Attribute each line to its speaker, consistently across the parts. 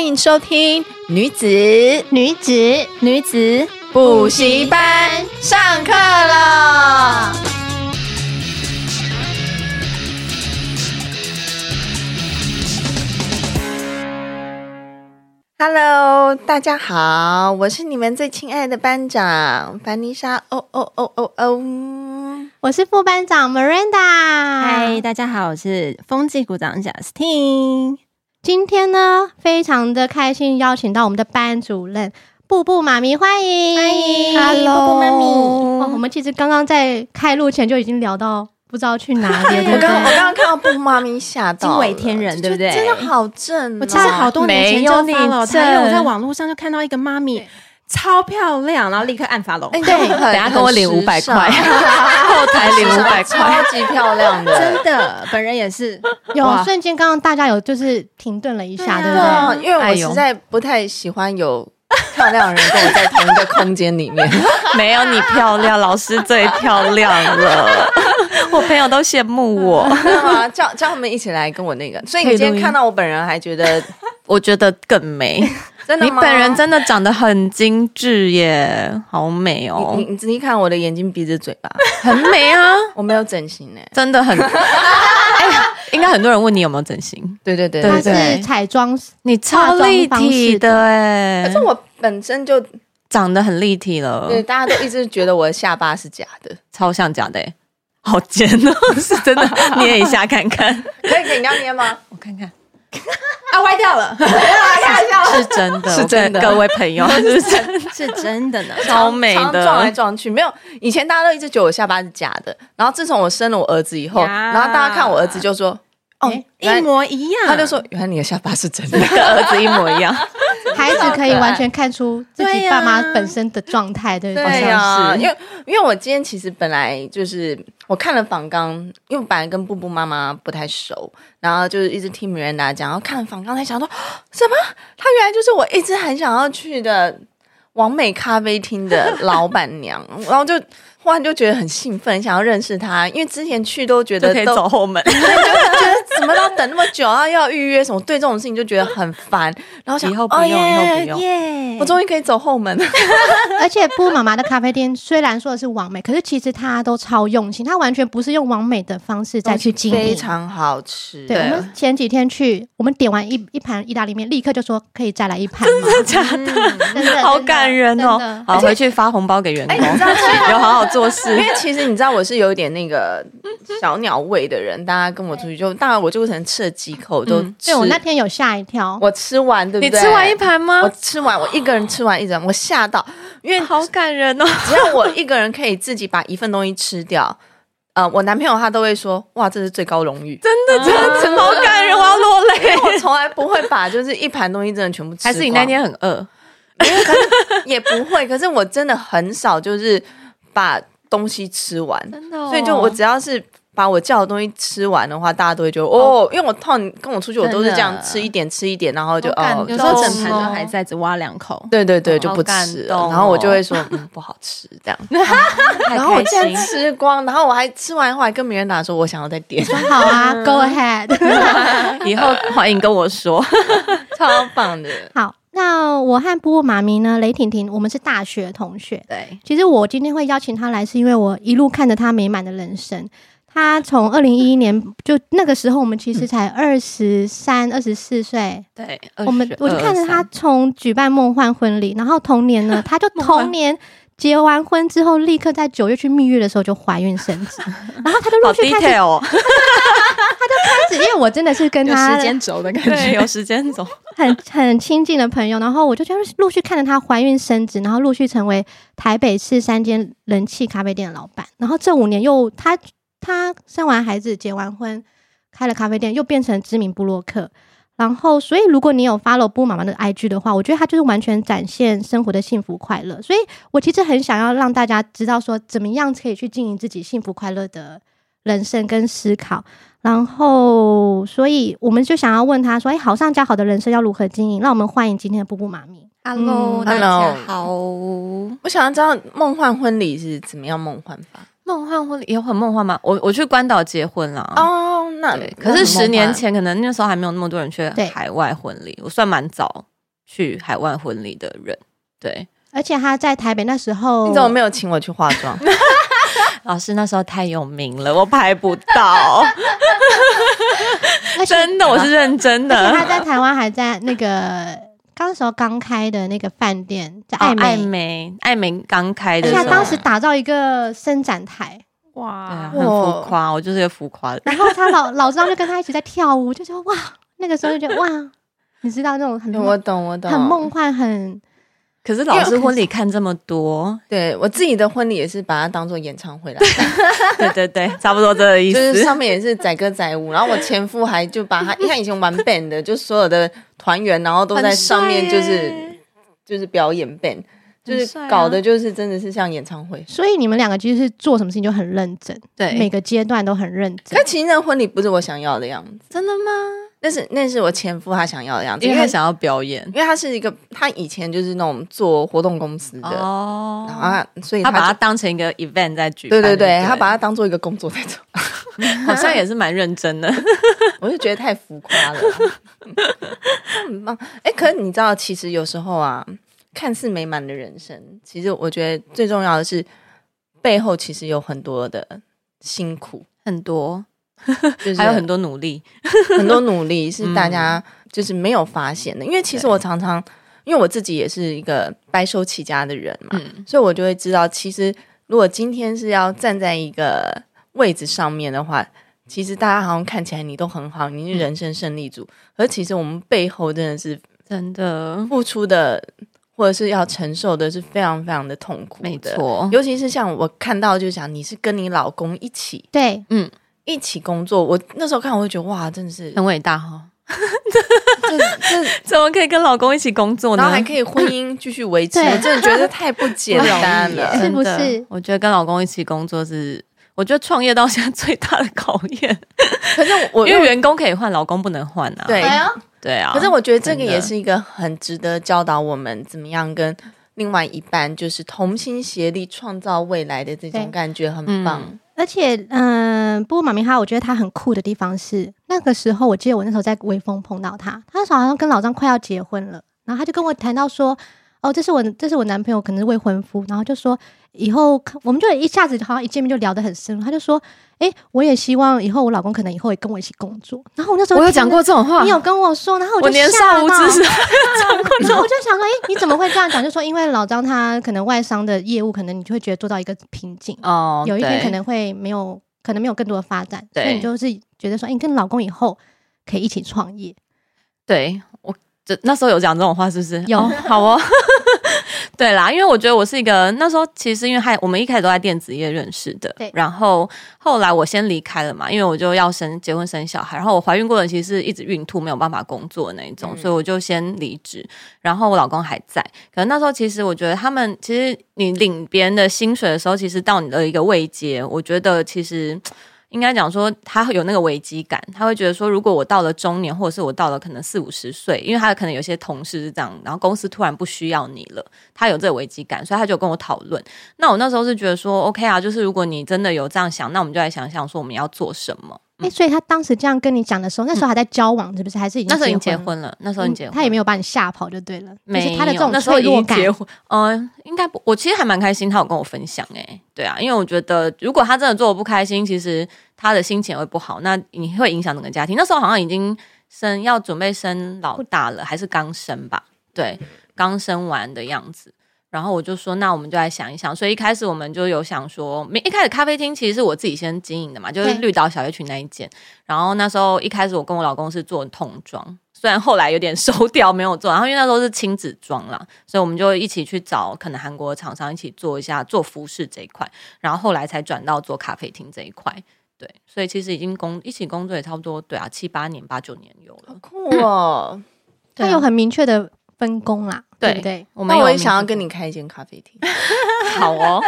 Speaker 1: 迎收听女子
Speaker 2: 女子
Speaker 3: 女子
Speaker 1: 补习班上课了。Hello，大家好，我是你们最亲爱的班长凡妮莎。哦哦哦哦哦，
Speaker 2: 我是副班长 Miranda。
Speaker 3: 嗨，大家好，我是风纪股长贾斯汀。
Speaker 2: 今天呢，非常的开心，邀请到我们的班主任布布妈咪，欢迎，
Speaker 3: 欢迎
Speaker 2: Hello
Speaker 3: 布布妈咪
Speaker 2: 哦，我们其实刚刚在开录前就已经聊到不知道去哪 里了，对
Speaker 1: 我
Speaker 2: 不
Speaker 1: 刚我
Speaker 2: 对？
Speaker 1: 刚刚看到布妈咪吓到了，
Speaker 3: 惊为天人对不对
Speaker 1: 真的好正哦、
Speaker 3: 我其实好多年前
Speaker 1: 没
Speaker 3: 就
Speaker 1: 有你
Speaker 3: 发了
Speaker 1: 正
Speaker 3: 她，因为我在网络上就看到一个妈咪超漂亮，然后立刻按发龙
Speaker 1: 哎、。对，等
Speaker 4: 等下跟我领500块
Speaker 1: 后
Speaker 4: 台领500块
Speaker 1: 超级漂亮的，
Speaker 3: 真的，本人也是
Speaker 2: 有
Speaker 3: 哇
Speaker 2: 瞬间，刚刚大家有就是停顿了一下，对
Speaker 1: 对
Speaker 2: 不
Speaker 1: 啊，
Speaker 2: 对？
Speaker 1: 因为
Speaker 4: 哎
Speaker 1: 我
Speaker 4: 呦
Speaker 1: 实在不太喜欢有漂亮的人跟我在同一个空间里 面，
Speaker 4: 没有你漂亮，老师最漂亮 了，我朋友都羡慕我。
Speaker 1: 知道吗？啊叫叫他们一起来跟我那个，所以你
Speaker 4: 可以
Speaker 1: 今
Speaker 4: 录
Speaker 1: 天
Speaker 4: 音
Speaker 1: 看到我本人还觉得
Speaker 4: 我觉得更美，
Speaker 1: 真的
Speaker 4: 你
Speaker 1: 吗？
Speaker 4: 本人真的长得很精致耶，好美哦
Speaker 1: 你，你仔细看我的眼睛、鼻子、嘴巴，
Speaker 4: 很美啊，
Speaker 1: 我没有整形哎、
Speaker 4: 真 的很。哎，应该很多人问你有没有整形，
Speaker 1: 对对对
Speaker 4: 对
Speaker 2: 她
Speaker 1: 对
Speaker 4: 对
Speaker 3: 啊
Speaker 2: 是彩妆师，
Speaker 4: 你超立体的哎
Speaker 1: 可是，我本身就
Speaker 4: 长得很立体了，
Speaker 1: 对大家都一直觉得我的下巴是假的，
Speaker 4: 超像假的哎，好尖哦， 是真 的，捏一下看看，
Speaker 1: 可以给人家捏吗？
Speaker 4: 我看看。
Speaker 3: 啊歪掉 了，
Speaker 4: 是真的，
Speaker 1: 是真的
Speaker 4: 我跟各位朋友， 是真的
Speaker 3: 是真的呢。
Speaker 4: 超美
Speaker 1: 常
Speaker 4: 的，
Speaker 1: 撞来撞去，没有。以前大家都一直觉得我下巴是假的，然后自从我生了我儿子以后，
Speaker 3: 呀哎
Speaker 1: 然后大家看我儿子就说：“哦，原来
Speaker 3: 一模一样，
Speaker 1: 他就说原来你的下巴是真的。
Speaker 4: 跟儿子一模一样。
Speaker 2: 孩子可以完全看出自己
Speaker 3: 啊对啊啊
Speaker 2: 爸妈本身的状态，对不
Speaker 1: 对
Speaker 2: 对
Speaker 1: 呀、？
Speaker 4: 好像是
Speaker 1: 因为因为我今天其实本来就是我看了访纲，因为我本来跟布布妈妈不太熟，然后就是一直听别人大讲，然后看了访纲才想说什么，她原来就是我一直很想要去的完美咖啡厅的老板娘，然后就忽然就觉得很兴奋，想要认识她，因为之前去都觉
Speaker 4: 就
Speaker 1: 得
Speaker 4: 可以
Speaker 1: 都
Speaker 4: 走后 门。
Speaker 1: 对， 就觉得怎么都要等那么久，然后又要预约什么，对这种事情就觉得很烦，然后想哦
Speaker 4: 以后不用，以后不。用。
Speaker 3: 耶
Speaker 1: 我终于可以走后门了，
Speaker 2: 而且布妈妈的咖啡店虽然说的是完美，可是其实她都超用心，她完全不是用完美的方式再去经
Speaker 1: 非
Speaker 2: 营。
Speaker 1: 常好吃。
Speaker 2: 对，我们前几天去，我们点完一一盘意大利面，立刻就说可以再来一盘吗？
Speaker 4: 假
Speaker 2: 真的真的
Speaker 4: 的， 好感人
Speaker 2: 真的
Speaker 4: 哦！好，回去发红包给员工，
Speaker 1: 哎你知道
Speaker 4: 有好好做
Speaker 1: 因
Speaker 4: 事
Speaker 1: 为。其实你知道我是有一点那个小鸟胃的人，大家跟我出去就，当然我就可能吃了几口都
Speaker 4: 嗯
Speaker 1: 吃，
Speaker 2: 对我那天有吓一跳，
Speaker 1: 我吃完对不
Speaker 4: 你
Speaker 1: 对？
Speaker 4: 吃完一，盘吗
Speaker 1: 我？吃完，我一个人吃完一整，我吓到，因为
Speaker 4: 好感人哦！
Speaker 1: 只要我一个人可以自己把一份东西吃掉，呃，我男朋友他都会说哇，这是最高荣誉，
Speaker 4: 真的，真的 好感人，我要落
Speaker 1: 因
Speaker 4: 泪。
Speaker 1: 为我从来不会把就是一盘东西真的全部吃光，
Speaker 4: 还是你那天很饿？
Speaker 1: 也不会。可是我真的很少就是把东西吃完，
Speaker 4: 真的，
Speaker 1: 所以就我只要是把我叫的东西吃完的话，大家都会觉得哦，因为我通常跟我出去，我都是这样
Speaker 3: 真的
Speaker 1: 吃一点吃一点，然后就
Speaker 4: 好感
Speaker 1: 哦，
Speaker 4: 动
Speaker 3: 有时候整盘都还在，只挖两口，
Speaker 1: 对对对，就
Speaker 4: 好
Speaker 1: 不
Speaker 4: 感
Speaker 1: 吃
Speaker 4: 动
Speaker 1: 了，
Speaker 4: 哦
Speaker 1: 然后我就会说嗯不好吃这样，
Speaker 4: 然
Speaker 1: 然后我竟然吃光，然后我还吃完后还跟别人打说我想要再点，
Speaker 2: 好啊，Go ahead。
Speaker 4: 以后欢迎跟我说。
Speaker 1: 超棒的，
Speaker 2: 好，那我和波波妈咪呢，雷婷婷，我们是大学同学。
Speaker 4: 对，
Speaker 2: 其实我今天会邀请她来，是因为我一路看着她美满的人生。她从二零一一年就那个时候，我们其实才二十三、二十四岁，
Speaker 4: 对，
Speaker 2: 我们我就看着他
Speaker 4: 她，
Speaker 2: 从举办梦幻婚礼，然后同年呢，他就同年结完婚之后，立刻在九月去蜜月的时候就怀孕生子，然后他就
Speaker 4: 好
Speaker 2: 陆续开始
Speaker 4: detail 哦，
Speaker 2: 开始，因为我真的是跟
Speaker 3: 有
Speaker 2: 他
Speaker 3: 时间轴的感 觉
Speaker 4: 对，有。时间走。
Speaker 2: 很 很亲近的朋友，然后我就这样陆续看着他怀孕生子，然后陆续成为台北市三间人气咖啡店的老板，然后这五年又他他生完孩子结完婚，开了咖啡店，又变成知名部落客。然后，所以如果你有 follow 布妈妈的 IG 的话，我觉得她就是完全展现生活的幸福快乐。所以我其实很想要让大家知道说，怎么样可以去经营自己幸福快乐的人生跟思考。然后，所以我们就想要问她说：“哎，好上加好的人生要如何经营？”让我们欢迎今天的布布妈咪。
Speaker 3: Hello，
Speaker 1: 大家
Speaker 4: 好，
Speaker 1: 我想要知道梦幻婚礼是怎么样梦幻法
Speaker 4: 梦幻婚礼有很梦幻吗？我我去关岛结婚啦。
Speaker 1: 哦，那
Speaker 4: 对，可是十年前可能那时候还没有那么多人去海外婚礼，我算蛮早，去海外婚礼的人。对，
Speaker 2: 而且他在台北那时候，
Speaker 1: 你怎么没有请我去化妆？
Speaker 4: 老师那时候太有名了，我拍不到，
Speaker 2: 而且
Speaker 4: 真的，我是认真
Speaker 2: 而且他
Speaker 4: 的。
Speaker 2: 在台湾还在那个刚时候刚开的那个饭店，在
Speaker 4: 哦
Speaker 2: 爱
Speaker 4: 艾
Speaker 2: 美，
Speaker 4: 美，艾美刚开
Speaker 2: 而且
Speaker 4: 的时
Speaker 2: 他
Speaker 4: 候，
Speaker 2: 当时打造一个伸展台，
Speaker 4: 对
Speaker 3: 哇，
Speaker 4: 啊很浮夸，我就是个浮夸的
Speaker 2: 然
Speaker 4: 人。
Speaker 2: 后他老 老张就跟他一起在跳舞，就觉得哇，那个时候就觉得哇， 你知道那种很
Speaker 1: 我懂，我懂，
Speaker 2: 很梦幻，很
Speaker 4: 可是老师婚礼看这么多，
Speaker 1: 对我自己的婚礼也是把它当做演唱会来办，
Speaker 4: 对对对，差不多这个意
Speaker 1: 就
Speaker 4: 思。
Speaker 1: 是上面也是载歌载舞，然后我前夫还就把他，因为他以前玩 band 的，就所有的团员，然后都在上面就是就是表演 band，就
Speaker 4: 帅
Speaker 1: 是
Speaker 4: 啊
Speaker 1: 搞的就是真的是像演唱会。
Speaker 2: 所以你们两个就是做什么事情就很认真，每
Speaker 4: 对，
Speaker 2: 个阶段都很认真
Speaker 1: 但。其实那婚礼不是我想要的样子，
Speaker 4: 真的吗？
Speaker 1: 那是那是我前夫他想要的样子，
Speaker 4: 因
Speaker 1: 因
Speaker 4: 为
Speaker 1: 为
Speaker 4: 他想要表演
Speaker 1: 因为他是一个他以前就是那种做活动公司的，
Speaker 4: 哦
Speaker 1: 然后他所以
Speaker 4: 他
Speaker 1: 他
Speaker 4: 把它
Speaker 1: 就
Speaker 4: 当成一个 event 在举
Speaker 1: 对
Speaker 4: 办。
Speaker 1: 对对，他
Speaker 4: 他
Speaker 1: 把它当做一个工作在做，
Speaker 4: 好像也是蛮认真的。
Speaker 1: 我就觉得太浮夸 了，嗯很棒。哎、可是你知道，其实有时候啊，看似美满的人生，其实我觉得最重要的是背后其实有很多的辛苦，
Speaker 4: 很多，
Speaker 1: 就是
Speaker 4: 还有很多努力。
Speaker 1: 很多努力是大家
Speaker 4: 嗯
Speaker 1: 就是没有发现的。因为其实我常常，因为我自己也是一个白手起家的人嘛，
Speaker 4: 嗯，
Speaker 1: 所以我就会知道，其实如果今天是要站在一个位置上面的话，其实大家好像看起来你都很好，你
Speaker 4: 嗯
Speaker 1: 是人生胜利组，而其实我们背后真的是
Speaker 4: 真的，
Speaker 1: 付出的或者是要承受的是非常非常的痛苦的，
Speaker 4: 没。错。
Speaker 1: 尤其是像我看到，就想你是跟你老公一起
Speaker 2: 对，
Speaker 1: 一起工作，我那时候看我就觉得哇，真的是，
Speaker 4: 很伟大哦哈、
Speaker 1: 这这，
Speaker 4: 怎么可以跟老公一起工作呢？
Speaker 1: 然后还可以婚姻继续维 持，
Speaker 2: 对
Speaker 1: 我真的觉得太不简单了。
Speaker 2: 是不是
Speaker 4: 真的我觉得跟老公一起工作是，我觉得创业到现在最大的考验，
Speaker 1: 可是我
Speaker 4: 因为员工可以换，老公不能换啊。
Speaker 1: 对
Speaker 2: 哎呦
Speaker 4: 对啊，
Speaker 1: 可是我觉得这个
Speaker 4: 真的
Speaker 1: 也是一个很值得教导我们怎么样跟另外一半就是同心协力创造未来的这
Speaker 2: 对
Speaker 1: 种感觉，很棒。
Speaker 4: 嗯
Speaker 2: 而且，嗯、不过马明哈，我觉得他很酷的地方是，那个时候我记得我那时候在微风碰到他，他那时候好像跟老张快要结婚了，然后他就跟我谈到说，哦，这是我这是我男朋友，可能是未婚夫，然后就说以后我们就一下子好像一见面就聊得很深，他就说，哎，我也希望以后我老公可能以后也跟我一起工作，然后我那时候
Speaker 4: 我有
Speaker 2: 听
Speaker 4: 讲
Speaker 2: 了
Speaker 4: 过这种话，
Speaker 2: 你有跟我说，然后我就
Speaker 4: 我年
Speaker 2: 吓
Speaker 4: 少无
Speaker 2: 到
Speaker 4: 知时
Speaker 2: 然后我就想说，哎、你怎么会这样讲？就说因为老张他可能外商的业务，可能你就会觉得做到一个瓶颈，
Speaker 4: 哦，
Speaker 2: 有一天
Speaker 4: 对
Speaker 2: 可能会没有，可能没有更多的发展，所
Speaker 4: 对
Speaker 2: 以你就是觉得说，哎、你跟老公以后可以一起创业，
Speaker 4: 对我这那时候有讲这种话，是不是？
Speaker 2: 有
Speaker 4: 哦好哦。 对啦，因为我觉得我是一个那时候其实因为还我们一开始都在电子业认识的
Speaker 2: 对，
Speaker 4: 然后后来我先离开了嘛，因为我就要生结婚生小孩，然后我怀孕过的其实是一直孕吐没有办法工作的那一种，
Speaker 1: 嗯
Speaker 4: 所以我就先离职，然后我老公还在，可能那时候其实我觉得他们其实你领别人的薪水的时候，其实到你的一个位阶，我觉得其实。应该讲说，他会有那个危机感，他会觉得说，如果我到了中年，或者是我到了可能四五十岁，因为他可能有些同事是这样，然后公司突然不需要你了，他有这个危机感，所以他就跟我讨论。那我那时候是觉得说，OK 啊，就是如果你真的有这样想，那我们就来想想说我们要做什么。嗯
Speaker 2: 哎、所以他当时这样跟你讲的时候，那时候还在交往，是不是？还是已经
Speaker 4: 那时候已经结
Speaker 2: 婚了？嗯
Speaker 4: 婚了，那时候已经结婚了，
Speaker 2: 他也没有把你吓跑就对了，就是
Speaker 4: 没
Speaker 2: 他的这
Speaker 4: 有
Speaker 2: 种
Speaker 4: 那时候
Speaker 2: 脆
Speaker 4: 已
Speaker 2: 弱
Speaker 4: 经
Speaker 2: 感，
Speaker 4: 结婚，嗯、应该不，我其实还蛮开心，他有跟我分享哎、对啊，因为我觉得如果他真的做我不开心，其实他的心情也会不好，那你会影响整个家庭。那时候好像已经生要准备生老大了，还是刚生吧？对，刚生完的样子。然后我就说，那我们就来想一想。所以一开始我们就有想说，没一开始咖啡厅其实是我自己先经营的嘛，就是
Speaker 2: 对
Speaker 4: 绿岛小夜曲那一间。然后那时候一开始我跟我老公是做童装，虽然后来有点 收掉没有做，然后因为那时候是亲子装啦，所以我们就一起去找可能韩国的厂商一起做一下做服饰这一块，然后后来才转到做咖啡厅这一块。对，所以其实已经工一起工作也差不多，对啊，七八年、八九年有了。
Speaker 1: 酷哦！
Speaker 2: 他有很明确的分工啦，对
Speaker 4: 对
Speaker 2: 不对？
Speaker 4: 我
Speaker 1: 那
Speaker 4: 们
Speaker 1: 我
Speaker 4: 有
Speaker 1: 也想要
Speaker 4: 明
Speaker 1: 跟你开一间咖啡 厅，
Speaker 4: 好 哦，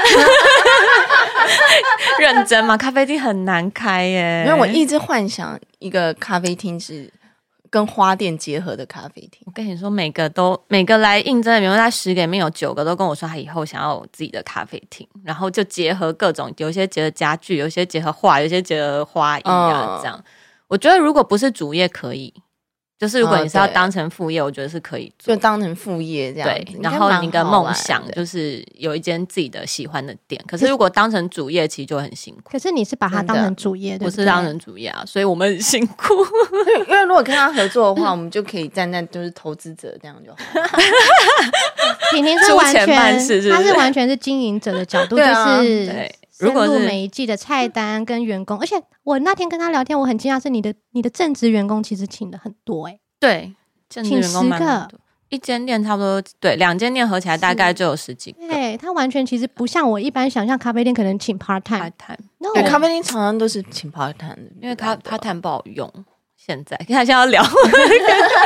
Speaker 4: 认真嘛，咖啡厅很难开耶，
Speaker 1: 因为我一直幻想一个咖啡厅是跟花店结合的咖啡厅。
Speaker 4: 我跟你说，每个都每个来应征的，比如在十个里面有九个都跟我说，他以后想要有自己的咖啡厅，然后就结合各种，有些结合家具，有些结合画，有些结合花艺啊，
Speaker 1: 嗯
Speaker 4: 这样。我觉得如果不是主业可以，就是如果
Speaker 1: 哦
Speaker 4: 你是要
Speaker 1: 对
Speaker 4: 当成副业，我觉得是可以做
Speaker 1: 就。当成副业这样
Speaker 4: 对
Speaker 1: 子。，
Speaker 4: 然后你
Speaker 1: 的
Speaker 4: 的梦想就是有一间自己的喜欢的店，可是如果当成主业，其实就很辛苦。
Speaker 2: 可是你是把它
Speaker 1: 真的
Speaker 2: 当成主业，对
Speaker 4: 我
Speaker 2: 不
Speaker 4: 是
Speaker 2: 对？
Speaker 4: 当成主业啊，所以我们很辛苦。
Speaker 1: 因为如果跟他合作的话，我们就可以站在就是投资者这样就好。
Speaker 2: 婷婷是完
Speaker 4: 出钱办
Speaker 2: 全，
Speaker 4: 事是不
Speaker 2: 她
Speaker 4: 是
Speaker 2: 是完全是经营者的角度，
Speaker 1: 对啊
Speaker 2: 就是
Speaker 4: 对，如果
Speaker 2: 深入
Speaker 4: 是嗯
Speaker 2: 每一季的菜单跟员工，而且我那天跟他聊天，我很惊讶是你的你的正职员工其实请的很多哎、
Speaker 4: 对，正职
Speaker 2: 请
Speaker 4: 员工
Speaker 2: 十
Speaker 4: 蛮
Speaker 2: 个
Speaker 4: 多，一间店差不多，对，两间店合起来大概就有十几个。
Speaker 2: 对他完全其实不像我一般想象咖啡店可能请 part time，
Speaker 4: part time，
Speaker 2: 那
Speaker 1: 啊对，
Speaker 2: 我
Speaker 1: 咖啡厅常常都是请 part time，的
Speaker 4: 哦因为他
Speaker 1: 对吧
Speaker 4: part time 不好用。现在， 看现在要聊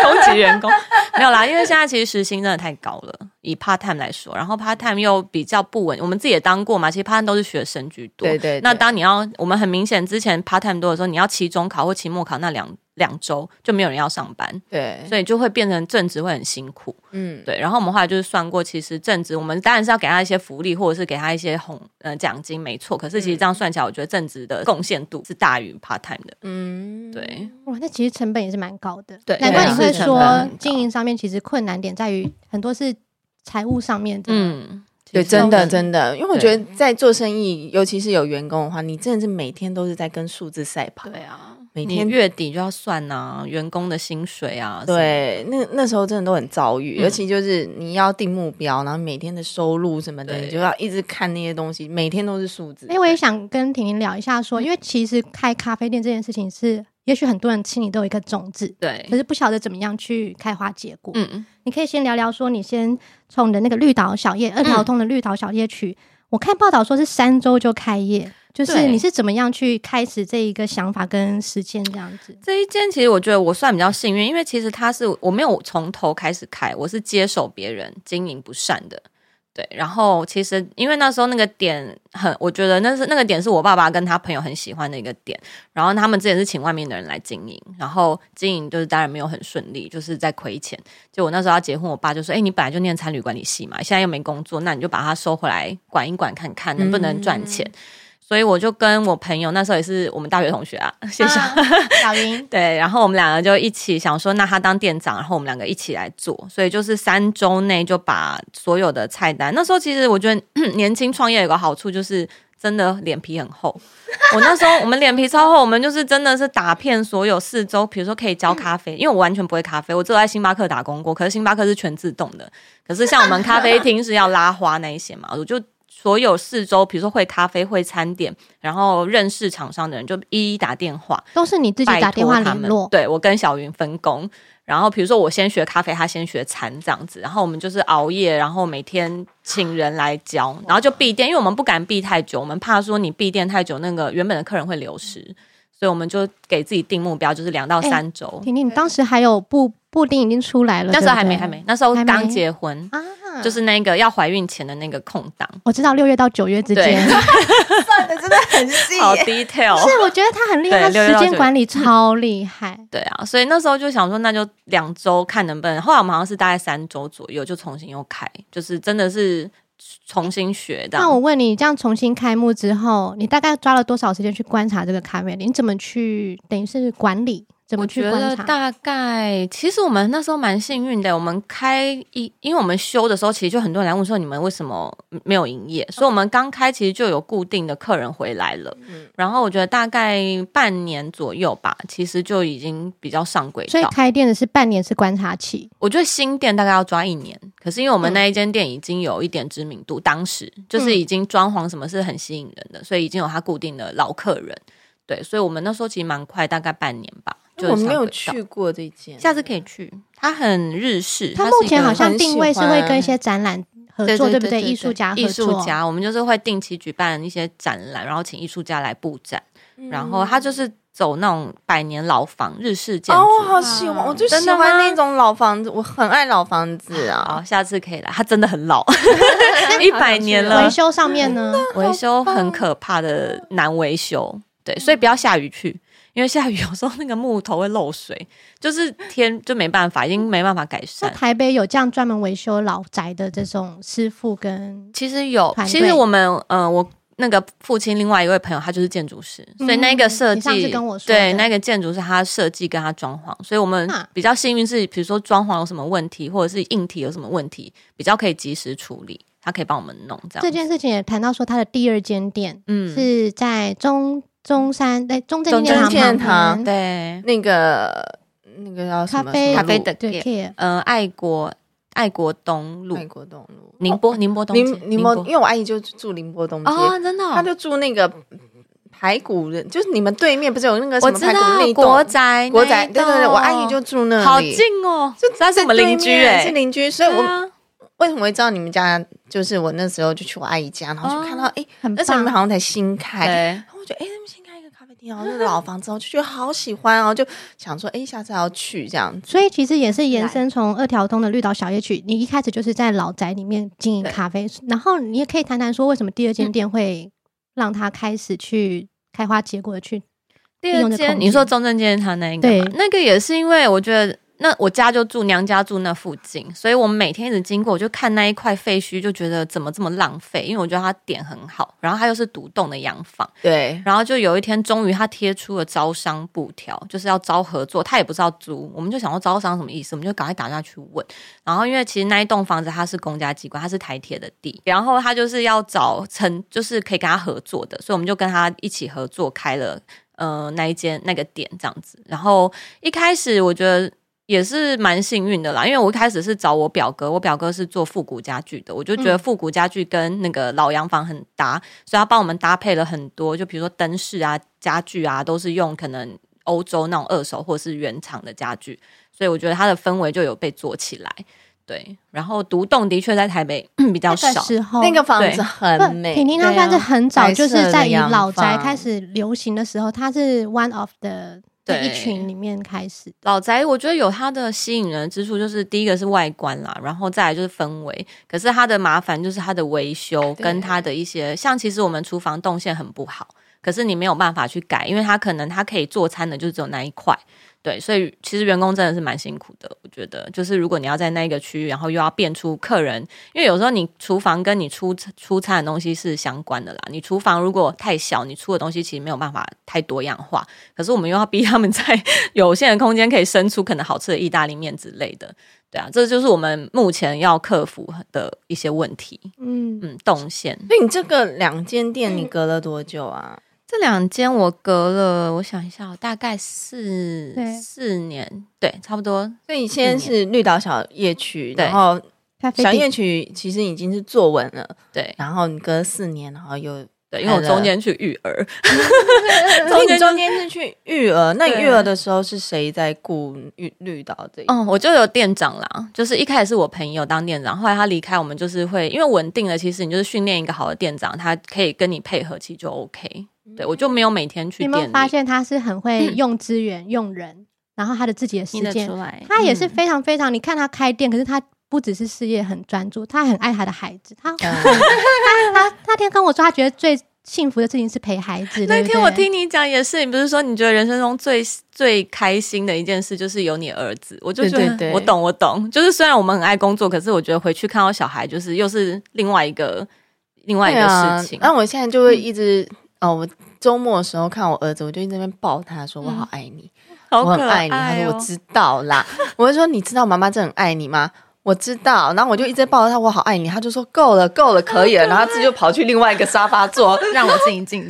Speaker 4: 攻击员工，没有啦，因为现在其实时薪真的太高了，以 part time 来说，然后 part time 又比较不稳，我们自己也当过嘛，其实 part time 都是学生居多。
Speaker 1: 对对，
Speaker 4: 那
Speaker 1: 对
Speaker 4: 当你要，我们很明显之前 part time 多的时候，你要期中考或期末考那两两周就没有人要上班，
Speaker 1: 对，
Speaker 4: 所以就会变成正职会很辛苦。
Speaker 1: 嗯，
Speaker 4: 对，然后我们后来就是算过，其实正职我们当然是要给他一些福利，或者是给他一些红呃奖金，没错。可是其实这样算起来，我觉得正职的贡献度是大于 part time 的。
Speaker 1: 嗯，
Speaker 4: 对，
Speaker 2: 哇，那其实成本也是蛮高的，
Speaker 4: 对
Speaker 2: 难怪你会
Speaker 1: 对啊成本
Speaker 2: 说
Speaker 4: 很高
Speaker 2: 经营上面其实困难点在于很多是财务上面的，
Speaker 4: 嗯，
Speaker 1: 对，
Speaker 4: 其实
Speaker 1: 真
Speaker 4: 我
Speaker 1: 的
Speaker 4: 们
Speaker 1: 真的，因为我觉得在做生意，尤其是有员工的话，你真的是每天都是在跟数字赛跑。
Speaker 4: 对啊，
Speaker 1: 每
Speaker 4: 你
Speaker 1: 天
Speaker 4: 月底就要算啊，员工的薪水啊，什么的
Speaker 1: 对，那那时候真的都很遭遇，
Speaker 4: 嗯
Speaker 1: 尤其就是你要定目标，然后每天的收入什么的，
Speaker 4: 对
Speaker 1: 你就要一直看那些东西，每天都是数字。
Speaker 2: 哎、我也想跟婷婷聊一下说因为其实开咖啡店这件事情是，也许很多人心里都有一个种子，可
Speaker 4: 对，
Speaker 2: 是不晓得怎么样去开花结果。
Speaker 4: 嗯，
Speaker 2: 你可以先聊聊说，你先从你的那个绿岛小
Speaker 4: 嗯
Speaker 2: 夜二条通的绿岛小夜曲，我看报道说是三周就开业，就是
Speaker 4: 对
Speaker 2: 你是怎么样去开始这一个想法跟实践这样子？
Speaker 4: 这一间其实我觉得我算比较幸运，因为其实它是我没有从头开始开，我是接手别人经营不善的。对，然后其实因为那时候那个点很，我觉得那是那个点是我爸爸跟他朋友很喜欢的一个点。然后他们之前是请外面的人来经营，然后经营就是当然没有很顺利，就是在亏钱。就我那时候要结婚，我爸就说：“哎、你本来就念餐旅管理系嘛，现在又没工作，那你就把它收回来管一管，看看能不能赚钱。所以我就跟我朋友，那时候也是我们大学同学啊，谢谢。
Speaker 2: 小 云，
Speaker 4: 对，然后我们两个就一起想说，那他当店长，然后我们两个一起来做，所以就是三周内就把所有的菜单。那时候其实我觉得嗯年轻创业有个好处就是。真的脸皮很厚，我那时候我们脸皮超厚，我们就是真的是打遍所有四周，比如说可以教咖啡，因为我完全不会咖啡，我只有在星巴克打工过，可是星巴克是全自动的，可是像我们咖啡厅是要拉花那一些嘛，我就所有四周，比如说会咖啡、会餐点，然后认识厂商的人就一一打电话，
Speaker 2: 都是你自己
Speaker 4: 拜
Speaker 2: 打电话
Speaker 4: 托他
Speaker 2: 联
Speaker 4: 们
Speaker 2: 络，
Speaker 4: 对我跟小云分工。然后比如说我先学咖啡，他先学餐这样子，然后我们就是熬夜，然后每天请人来教，然后就闭店，因为我们不敢闭太久，我们怕说你闭店太久，那个原本的客人会流失，所以我们就给自己定目标，就是两到
Speaker 2: 哎
Speaker 4: 三周。
Speaker 2: 婷婷，你当时还有布布丁已经出来了，
Speaker 4: 那时
Speaker 2: 对
Speaker 4: 候
Speaker 2: 不
Speaker 4: 还没
Speaker 2: 对
Speaker 4: 还没，那时候
Speaker 2: 还没
Speaker 4: 刚结婚，
Speaker 2: 啊，
Speaker 4: 就是那个要怀孕前的那个空档，
Speaker 2: 我知道六月到九月之间，
Speaker 1: 算的真的很细
Speaker 4: 好 detail。哦
Speaker 2: 是 我觉得他很厉害，他
Speaker 4: 对6月
Speaker 2: 时
Speaker 4: 到9
Speaker 2: 间
Speaker 4: 月
Speaker 2: 管理超厉害。
Speaker 4: 对啊，所以那时候就想说，那就两周看能不能。后来我们好像是大概三周左右就重新又开，就是真的是重新学的。
Speaker 2: 那我问你，这样重新开幕之后，你大概抓了多少时间去观察这个咖啡店？你怎么去等于是管理？怎么
Speaker 4: 我
Speaker 2: 去
Speaker 4: 觉得
Speaker 2: 观察？
Speaker 4: 大概，其实我们那时候蛮幸运的。我们开一，因为我们休的时候，其实就很多人来问说你们为什么没有营业，所以我们刚开其实就有固定的客人回来了。然后我觉得大概半年左右吧，其实就已经比较上轨
Speaker 2: 所以
Speaker 4: 道。
Speaker 2: 开店的是半年是观察期，
Speaker 4: 我觉得新店大概要抓一年，可是因为我
Speaker 2: 嗯
Speaker 4: 们那一间店已经有一点知名度，当时就是已经装潢什么是很吸引人的，所以已经有他固定的老客人。对，所以我们那时候其实蛮快，大概半年吧。 就
Speaker 1: 我没
Speaker 4: 上
Speaker 1: 有
Speaker 4: 轨道
Speaker 1: 去过这间，
Speaker 4: 下次可以去。它很日式，
Speaker 2: 它
Speaker 4: 是
Speaker 2: 目
Speaker 4: 一
Speaker 2: 前
Speaker 4: 个
Speaker 2: 好像
Speaker 1: 很
Speaker 2: 定
Speaker 1: 喜
Speaker 2: 位是会
Speaker 1: 欢
Speaker 2: 跟一些展览合
Speaker 4: 对
Speaker 2: 作，
Speaker 4: 对
Speaker 2: 不
Speaker 4: 对？
Speaker 2: 艺术家合作，
Speaker 4: 艺术家，我们就是会定期举办一些展览，然后请艺术家来布展，
Speaker 1: 嗯
Speaker 4: 然后它就是走那种百年老房日式建筑。
Speaker 1: 哦，我好喜欢，我就
Speaker 4: 啊真
Speaker 1: 喜
Speaker 4: 的
Speaker 1: 欢
Speaker 4: 吗哦
Speaker 1: 那种老房子，我很爱老房子
Speaker 4: 好，
Speaker 1: 啊。
Speaker 4: 下次可以来。它真的很老，哎一百年了
Speaker 2: 维，修上面呢，
Speaker 4: 维修很可怕的难维修。对，所以不要下雨去，因为下雨有时候那个木头会漏水，就是天就没办法，已经没办法改
Speaker 2: 那
Speaker 4: 善。
Speaker 2: 台北有这样专门维修老宅的这种师傅跟
Speaker 4: 其实有，
Speaker 2: 团队
Speaker 4: 其实我们呃，我那个父亲另外一位朋友，他就是建筑师，所以那个设
Speaker 2: 你上次
Speaker 4: 计
Speaker 2: 跟我说的
Speaker 4: 对那个建筑是他设计跟他装潢，所以我们
Speaker 2: 啊
Speaker 4: 比较幸运是，比如说装潢有什么问题，或者是硬体有什么问题，比较可以及时处理，他可以帮我们弄这样子。
Speaker 2: 这件事情也谈到说，他的第二间店
Speaker 4: 嗯，
Speaker 2: 是在中中山，在中正
Speaker 4: 中
Speaker 2: 纪念
Speaker 1: 正纪念
Speaker 2: 堂旁
Speaker 1: 堂
Speaker 2: 边
Speaker 4: 对，
Speaker 1: 那个那个叫什
Speaker 2: 咖
Speaker 1: 么
Speaker 2: 啡
Speaker 1: 什么
Speaker 4: 咖啡
Speaker 1: 路
Speaker 4: 的
Speaker 2: 对 care
Speaker 4: 呃，爱国爱国东路
Speaker 1: 爱，国东路，
Speaker 4: 宁波宁波东街
Speaker 1: 宁宁波，因为我阿姨就住宁波东街，
Speaker 4: 哦，真的哦、
Speaker 1: 她就住那个排骨人，就是你们对面不是有那个什
Speaker 4: 我
Speaker 1: 么
Speaker 4: 知
Speaker 1: 排骨那
Speaker 4: 道
Speaker 1: 一
Speaker 4: 国
Speaker 1: 栋
Speaker 4: 宅
Speaker 1: 国
Speaker 4: 那
Speaker 1: 宅，
Speaker 4: 一
Speaker 1: 对对对，
Speaker 4: 栋
Speaker 1: 我阿姨就住那里，
Speaker 4: 好近哦，
Speaker 1: 就
Speaker 4: 他是我们
Speaker 1: 在对
Speaker 4: 邻居
Speaker 1: 面
Speaker 4: 哎、
Speaker 1: 是
Speaker 4: 对
Speaker 1: 邻居，所以我
Speaker 4: 啊
Speaker 1: 为什么会知道你们家？就是我那时候就去我阿姨家，然后就看到
Speaker 4: 哦
Speaker 1: 哎，诶
Speaker 2: 很
Speaker 1: 那时候你们
Speaker 2: 棒。
Speaker 1: 好像才新开，
Speaker 4: 对
Speaker 1: 然后我觉得哎，诶他们新开一个咖啡厅，然后是老房子，我就觉得好喜欢，然后就想说哎，下次还要去这样子。
Speaker 2: 所以其实也是延伸从二条通的绿岛小夜曲，你一开始就是在老宅里面经营
Speaker 4: 对
Speaker 2: 咖啡，然后你也可以谈谈说为什么第二间店会让他开始去开花结果地去
Speaker 4: 第
Speaker 2: 利用这
Speaker 4: 二
Speaker 2: 空
Speaker 4: 间，
Speaker 2: 间
Speaker 4: 你说中正街他那一个嘛，
Speaker 2: 对
Speaker 4: 那个也是因为我觉得。那我家就住娘家住那附近，所以我们每天一直经过，我就看那一块废墟，就觉得怎么这么浪费？因为我觉得它点很好，然后它又是独栋的洋房，
Speaker 1: 对，
Speaker 4: 然后就有一天，终于他贴出了招商布条，就是要招合作，他也不知道租，我们就想说招商什么意思，我们就赶快打电话去问。然后因为其实那一栋房子它是公家机关，它是台铁的地，然后他就是要找成，就是可以跟他合作的，所以我们就跟他一起合作开了呃那一间那个点这样子。然后一开始我觉得。也是蛮幸运的啦，因为我一开始是找我表哥，我表哥是做复古家具的，我就觉得复古家具跟那个老洋房很搭，所以他帮我们搭配了很多，就比如说灯饰啊、家具啊，都是用可能欧洲那种二手或是原厂的家具，所以我觉得它的氛围就有被做起来。对，然后独栋的确在台北 比较
Speaker 2: 那个
Speaker 4: 少，
Speaker 2: 时候
Speaker 1: 那个房子
Speaker 4: 对
Speaker 1: 很美，
Speaker 2: 婷婷她
Speaker 4: 对
Speaker 2: 算是
Speaker 4: 啊
Speaker 2: 很早，
Speaker 1: 白
Speaker 2: 就是
Speaker 1: 色
Speaker 2: 在
Speaker 1: 的
Speaker 2: 以
Speaker 1: 洋
Speaker 2: 老宅
Speaker 1: 房
Speaker 2: 开始流行的时候，她是 one of the 这一
Speaker 4: 对
Speaker 2: 群里面开始。
Speaker 4: 老宅我觉得有它的吸引人之处，就是第一个是外观啦，然后再来就是氛围。可是它的麻烦就是它的维修
Speaker 1: 对
Speaker 4: 跟它的一些，像其实我们厨房动线很不好，可是你没有办法去改，因为它可能它可以做餐的就只有那一块。对，所以其实员工真的是蛮辛苦的，我觉得就是如果你要在那一个区域，然后又要变出客人，因为有时候你厨房跟你出出餐的东西是相关的啦。你厨房如果太小，你出的东西其实没有办法太多样化。可是我们又要逼他们在有限的空间可以生出可能好吃的意大利面之类的。对啊，这就是我们目前要克服的一些问题。
Speaker 2: 嗯，
Speaker 4: 嗯，动线
Speaker 1: 所以你这个两间店你隔了多久啊？
Speaker 4: 这两间我隔了，我想一下哦，大概四
Speaker 2: 对
Speaker 4: 四年，对，差不多。
Speaker 1: 所以你先是绿岛小夜曲，
Speaker 4: 对
Speaker 1: 然后
Speaker 2: 咖啡
Speaker 1: 小夜
Speaker 2: 店
Speaker 1: 曲其实已经是坐稳了，
Speaker 4: 对
Speaker 1: 然后你隔了四年，然后又
Speaker 4: 对，因为我
Speaker 1: 开了
Speaker 4: 中间去育儿，
Speaker 1: 所以你
Speaker 4: 间
Speaker 1: 中间是去育儿，那你
Speaker 4: 对
Speaker 1: 育儿的时候是谁在顾绿绿岛这一？
Speaker 4: 嗯，我就有店长啦，就是一开始是我朋友当店长，后来他离开，我们就是会因为稳定了，其实你就是训练一个好的店长，他可以跟你配合，其实就 OK。对我就没有每天去
Speaker 2: 你有
Speaker 4: 店
Speaker 2: 没
Speaker 4: 里
Speaker 2: 有，发现她是很会用资源、用人，然后她的自己的时
Speaker 4: 听得
Speaker 2: 间
Speaker 4: 出，来，
Speaker 2: 她也是
Speaker 4: 嗯
Speaker 2: 非常非常。你看她开店，可是她不只是事业很专注，她很爱她的孩子。 她她
Speaker 1: 嗯
Speaker 2: 她那天跟我说，她觉得最幸福的事情是陪孩子。
Speaker 4: 那
Speaker 2: 对不
Speaker 4: 天我
Speaker 2: 对
Speaker 4: 听你讲也是，你不是说你觉得人生中最最开心的一件事就是有你儿子，我就觉
Speaker 1: 对
Speaker 4: 得
Speaker 1: 对对
Speaker 4: 我懂我懂，就是虽然我们很爱工作，可是我觉得回去看到小孩，就是又是另外一个另外一
Speaker 1: 对
Speaker 4: 个
Speaker 1: 啊
Speaker 4: 事情。
Speaker 1: 那我现在就会一直哦，我周末的时候看我儿子，我就一直在那边抱他说：“我好爱你，
Speaker 4: 好
Speaker 1: 我
Speaker 4: 可
Speaker 1: 很爱你。”
Speaker 4: 爱
Speaker 1: 他说：“
Speaker 4: 哦
Speaker 1: 我知道 啦。”我就说：“你知道妈妈真的很爱你吗？”我知道，然后我就一直在抱着他，我好爱你。他就说够了，够了，可 以了。然后他自己就跑去另外一个沙发坐。
Speaker 4: 让我静一静，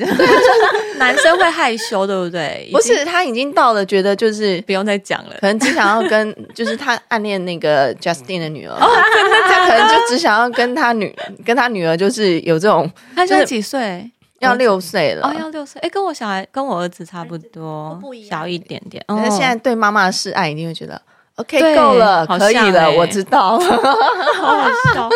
Speaker 4: 男生会害羞，对不对？
Speaker 1: 不
Speaker 4: 已经
Speaker 1: 是，他已经到了觉得就是
Speaker 4: 不用再讲了
Speaker 1: 可。能只想要跟， 就是他暗恋那个 Justin 哦的女儿，他可能就只想要跟他女跟他女儿，就是有这种
Speaker 4: 他现在
Speaker 1: 就是
Speaker 4: 几岁？
Speaker 1: 要六岁了
Speaker 4: 哦，，要六岁。哎，跟我小孩，跟我儿子差不多，
Speaker 2: 不一样
Speaker 4: 小一点点。
Speaker 1: 那、
Speaker 4: 哦，
Speaker 1: 现在对妈妈的示爱一定会觉得 OK
Speaker 4: 对
Speaker 1: 够了，
Speaker 4: 好
Speaker 1: 可以
Speaker 4: 像
Speaker 1: 了，
Speaker 4: 欸
Speaker 1: 我知道 了，
Speaker 4: 好好笑，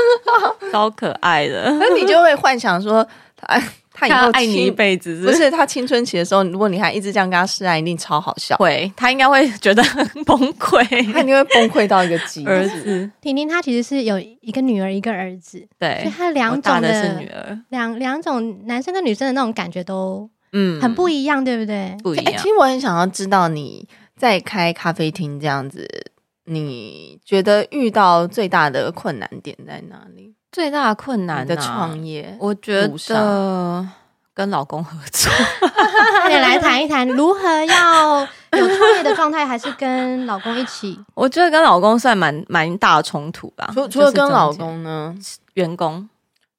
Speaker 4: 超可爱的。
Speaker 1: 那你就会幻想说 他 他以
Speaker 4: 他
Speaker 1: 后
Speaker 4: 爱你一
Speaker 1: 青
Speaker 4: 辈子，
Speaker 1: 不是他青春期的时候，如果你还一直这样跟他示爱，一定超好 笑，
Speaker 4: 会，他应该会觉得很崩
Speaker 1: 他一
Speaker 4: 溃。
Speaker 1: 定会崩溃到一个极
Speaker 4: 儿
Speaker 1: 致。
Speaker 4: 子，
Speaker 2: 婷婷，她其实是有一个女儿，一个儿子，所以
Speaker 4: 对，
Speaker 2: 她
Speaker 4: 哎我
Speaker 2: 两
Speaker 4: 大
Speaker 2: 种
Speaker 4: 的是女儿，
Speaker 2: 两两种男生跟女生的那种感觉都
Speaker 4: 嗯，
Speaker 2: 很不一样，对不对？
Speaker 4: 不一
Speaker 1: 哎、
Speaker 4: 样
Speaker 1: 其。实我很想要知道你在开咖啡厅这样子，你觉得遇到最大的困难点在哪里？
Speaker 4: 最大的困难
Speaker 1: 你的
Speaker 4: 啊
Speaker 1: 创业，
Speaker 4: 我觉
Speaker 1: 路上
Speaker 4: 得跟老公合作。
Speaker 2: 快点来谈一谈如何要有创业的状态，还是跟老公一起？
Speaker 4: 我觉得跟老公算蛮蛮大冲突吧，
Speaker 1: 除除
Speaker 4: 就
Speaker 1: 了
Speaker 4: 是
Speaker 1: 跟
Speaker 4: 中
Speaker 1: 老
Speaker 4: 间
Speaker 1: 公呢，
Speaker 4: 员工，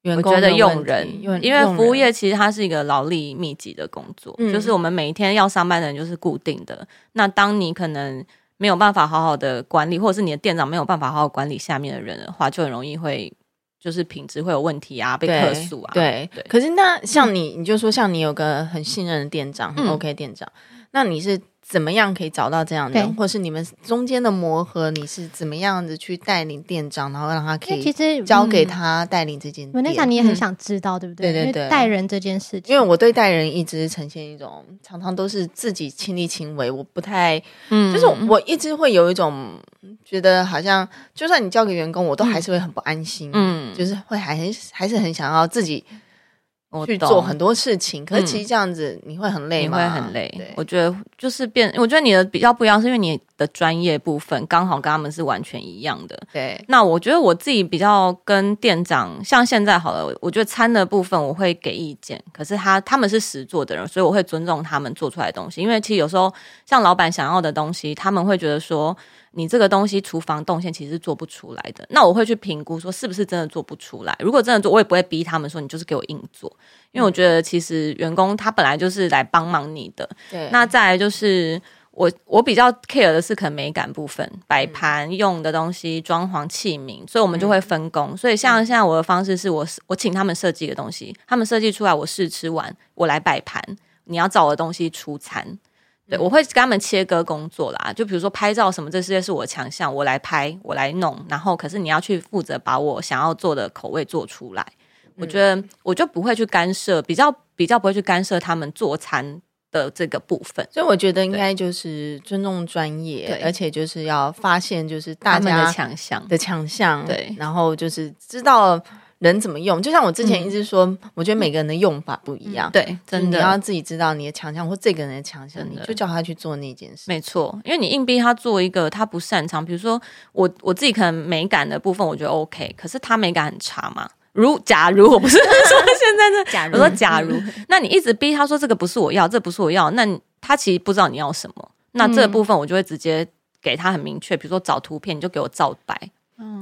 Speaker 1: 员
Speaker 4: 我
Speaker 1: 工
Speaker 4: 觉得
Speaker 1: 的
Speaker 4: 用
Speaker 1: 问题
Speaker 4: 人，
Speaker 1: 用
Speaker 4: 因为
Speaker 1: 用
Speaker 4: 服务
Speaker 1: 人
Speaker 4: 业其实它是一个劳力密集的工作，
Speaker 1: 嗯
Speaker 4: 就是我们每一天要上班的人就是固定的。那当你可能没有办法好好的管理，或者是你的店长没有办法好好管理下面的人的话，就很容易会就是品质会有问题啊，被客
Speaker 1: 对
Speaker 4: 诉啊。
Speaker 1: 对，
Speaker 4: 对
Speaker 1: 可是那像你，你就说像你有个很信任的店长，很
Speaker 4: 嗯
Speaker 1: OK 店长，那你是怎么样可以找到这样的人，
Speaker 2: 对
Speaker 1: 或是你们中间的磨合，你是怎么样子去带领店长，然后让他可
Speaker 2: 因为其
Speaker 1: 以
Speaker 2: 实
Speaker 1: 交给
Speaker 2: 嗯
Speaker 1: 他带领这间
Speaker 2: 我那
Speaker 1: 店？
Speaker 2: 想你也很
Speaker 4: 嗯
Speaker 2: 想知道，对不对？
Speaker 1: 对对
Speaker 2: 因
Speaker 1: 对
Speaker 2: 为带人这件事情，
Speaker 1: 因为我对待人一直呈现一种，常常都是自己亲力亲为，我不太，
Speaker 4: 嗯
Speaker 1: 就是我一直会有一种觉得，好像就算你交给员工，我都还是会很不安心，
Speaker 4: 嗯，
Speaker 1: 就是会还很还是很想要自己
Speaker 4: 我
Speaker 1: 去
Speaker 4: 哦懂
Speaker 1: 做很多事情，可是
Speaker 4: 嗯
Speaker 1: 其实这样子你会很累
Speaker 4: 你
Speaker 1: 吗？
Speaker 4: 会很累
Speaker 1: 对。
Speaker 4: 我觉得就是变，我觉得你的比较不一样，是因为你的专业部分刚好跟他们是完全一样的。
Speaker 1: 对，
Speaker 4: 那我觉得我自己比较跟店长，像现在好了，我我觉得餐的部分我会给意见，可是他他们是实做的人，所以我会尊重他们做出来的东西。因为其实有时候像老板想要的东西，他们会觉得说你这个东西厨房动线其实是做不出来的，那我会去评估说是不是真的做不出来。如果真的做，我也不会逼他们说你就是给我硬做，因为我觉得其实员工他本来就是来帮忙你的，
Speaker 1: 对
Speaker 4: 那再来就是我我比较 care 的是可能美感部分，摆盘用的东西、装潢器皿，所以我们就会分工。所以像现在我的方式是我我请他们设计一个东西，他们设计出来我试吃完，我来摆盘，你要照我的东西出餐。对，我会跟他们切割工作啦，就比如说拍照什么，这些是我强项，我来拍，我来弄。然后，可是你要去负责把我想要做的口味做出来。我觉得我就不会去干涉，比较比较不会去干涉他们做餐的这个部分。
Speaker 1: 所以我觉得应该就是尊重专业
Speaker 4: 对，
Speaker 1: 而且就是要发现就是大
Speaker 4: 他们的
Speaker 1: 家
Speaker 4: 强项。
Speaker 1: 的强项，
Speaker 4: 对
Speaker 1: 然后就是知道人怎么用。就像我之前一直说，我觉得每个人的用法不一样，
Speaker 4: 嗯对，
Speaker 1: 就是
Speaker 4: 真
Speaker 1: 你要
Speaker 4: 的，
Speaker 1: 自己知道你的强项或这个人的强项，
Speaker 4: 真
Speaker 1: 你
Speaker 4: 的
Speaker 1: 就叫他去做那件事。
Speaker 4: 没错。因为你硬逼他做一个他不擅长，比如说我我自己可能美感的部分我觉得 OK，可是他美感很差嘛。如假如我不是说现在是，
Speaker 3: 假如
Speaker 4: 我说假如，那你一直逼他说这个不是我要，这不是我要，那你他其实不知道你要什么。那这部分我就会直接给他很明确，比如说找图片，你就给我照白。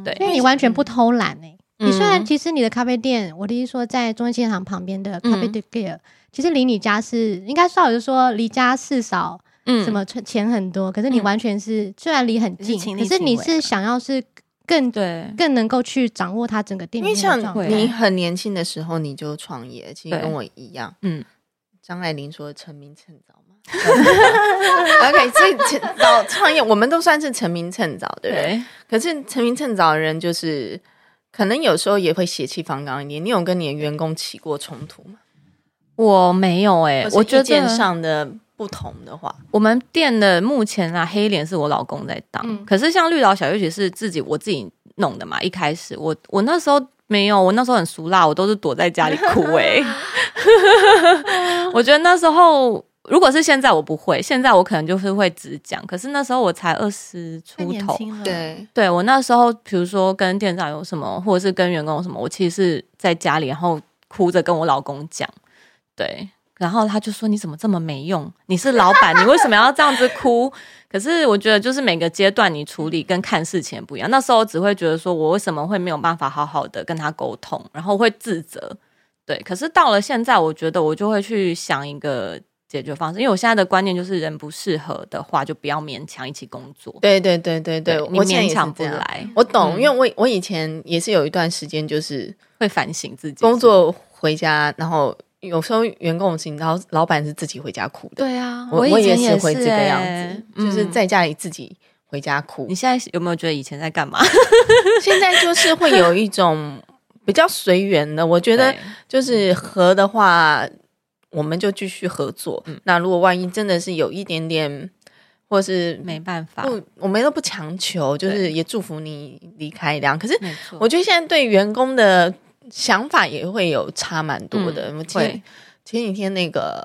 Speaker 4: 对
Speaker 2: 因为你完全不偷懒哎、你虽然
Speaker 4: 嗯
Speaker 2: 其实你的咖啡店，我的意思说在中心场旁边的咖啡
Speaker 4: 嗯
Speaker 2: d e g e r 其实离你家是应该少，就是说离家事少，
Speaker 4: 嗯
Speaker 2: 什么钱很多，可是你
Speaker 4: 嗯
Speaker 2: 完全是虽然离很
Speaker 3: 是
Speaker 2: 近，
Speaker 3: 亲
Speaker 2: 可
Speaker 3: 力
Speaker 2: 是
Speaker 3: 亲
Speaker 2: 你
Speaker 3: 为
Speaker 2: 是想要是更
Speaker 4: 对，
Speaker 2: 更能够去掌握它整个店
Speaker 1: 因
Speaker 2: 里
Speaker 1: 为
Speaker 2: 面的
Speaker 1: 像
Speaker 2: 状态。
Speaker 1: 你很年轻的时候你就创业，其实
Speaker 4: 对
Speaker 1: 跟我一样，
Speaker 4: 嗯，
Speaker 1: 张爱玲说“成名趁早” 嘛。OK，所以趁早创业，我们都算是成名趁早，对不对？
Speaker 4: 对，
Speaker 1: 可是成名趁早的人，就是可能有时候也会血气方刚一点。你有跟你的员工起过冲突吗？
Speaker 4: 我没有哎、
Speaker 1: 或是
Speaker 4: 我觉
Speaker 1: 意见
Speaker 4: 得
Speaker 1: 上的不同的话，
Speaker 4: 我们店的目前啊，黑脸是我老公在当，
Speaker 2: 嗯
Speaker 4: 可是像绿岛小夜曲是自己我自己弄的嘛。一开始我我那时候没有，我那时候很俗辣，我都是躲在家里哭 诶、我觉得那时候如果是现在我不会，现在我可能就是会只讲，可是那时候我才二十
Speaker 3: 太
Speaker 4: 出
Speaker 3: 年
Speaker 4: 头，
Speaker 3: 轻了，，
Speaker 1: 对，
Speaker 4: 对我那时候，比如说跟店长有什么，或者是跟员工有什么，我其实是在家里，然后哭着跟我老公讲，对，然后他就说你怎么这么没用？你是老板，你为什么要这样子哭？可是我觉得就是每个阶段你处理跟看事情也不一样，那时候我只会觉得说我为什么会没有办法好好的跟他沟通，然后会自责，对。可是到了现在，我觉得我就会去想一个。解决方式，因为我现在的观念就是，人不适合的话，就不要勉强一起工作。
Speaker 1: 对对对对对，
Speaker 4: 你
Speaker 1: 我现在也
Speaker 4: 勉
Speaker 1: 是
Speaker 4: 强不
Speaker 1: 这样。
Speaker 4: 来，嗯
Speaker 1: 我懂，因为我我以前也是有一段时间，就是
Speaker 4: 会反省自己
Speaker 1: 工。作回家，然后有时候员工有事情，然后老板是自己回家哭的。
Speaker 4: 对啊，
Speaker 1: 我
Speaker 4: 以
Speaker 1: 也
Speaker 4: 前也
Speaker 1: 会这个样
Speaker 4: 欸
Speaker 1: 子，就是。
Speaker 4: 嗯
Speaker 1: 在家里自己回家哭
Speaker 4: 你。现在有没有觉得以前在干嘛？
Speaker 1: 现在就是会有一种比较随缘的，我觉得
Speaker 4: 对
Speaker 1: 就是合的话，我们就继续合作。
Speaker 4: 嗯
Speaker 1: 那如果万一真的是有一点点，或是
Speaker 4: 没办法，
Speaker 1: 不，我们都不强求，就是
Speaker 4: 对
Speaker 1: 也祝福你离开这样。可是
Speaker 4: 没错，
Speaker 1: 我觉得现在对员工的想法也会有差蛮多的。我前
Speaker 4: 嗯会
Speaker 1: 前几天那个，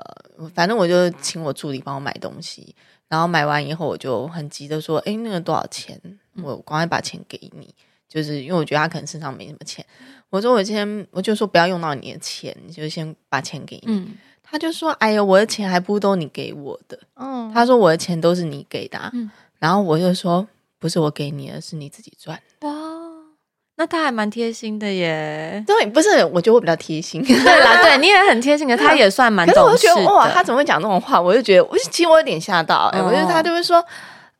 Speaker 1: 反正我就请我助理帮我买东西，嗯然后买完以后我就很急的说：“哎，那个多少钱？我赶快把钱给你。”就是因为我觉得他可能身上没什么钱。我说我先，我就说不要用到你的钱，你就先把钱给你。
Speaker 4: 嗯，
Speaker 1: 他就说：“哎呀，我的钱还不都你给我的？”
Speaker 2: 嗯，
Speaker 1: 他说：“我的钱都是你给的啊、
Speaker 4: 嗯
Speaker 1: 然后我就说：“不是我给你的，是你自己赚。
Speaker 4: 哇，
Speaker 1: 啊
Speaker 4: 那他还蛮贴心 的耶”。
Speaker 1: 对，不是，我觉得我比较贴 心。
Speaker 4: 对啦，对你也很贴心，可是他也算蛮
Speaker 1: 可是我
Speaker 4: 懂
Speaker 1: 就
Speaker 4: 事
Speaker 1: 觉得
Speaker 4: 的。
Speaker 1: 哇，他怎么会讲这种话？我就觉得，我其实我有点吓到、哎、
Speaker 4: 哦
Speaker 1: 我觉得他就会说：“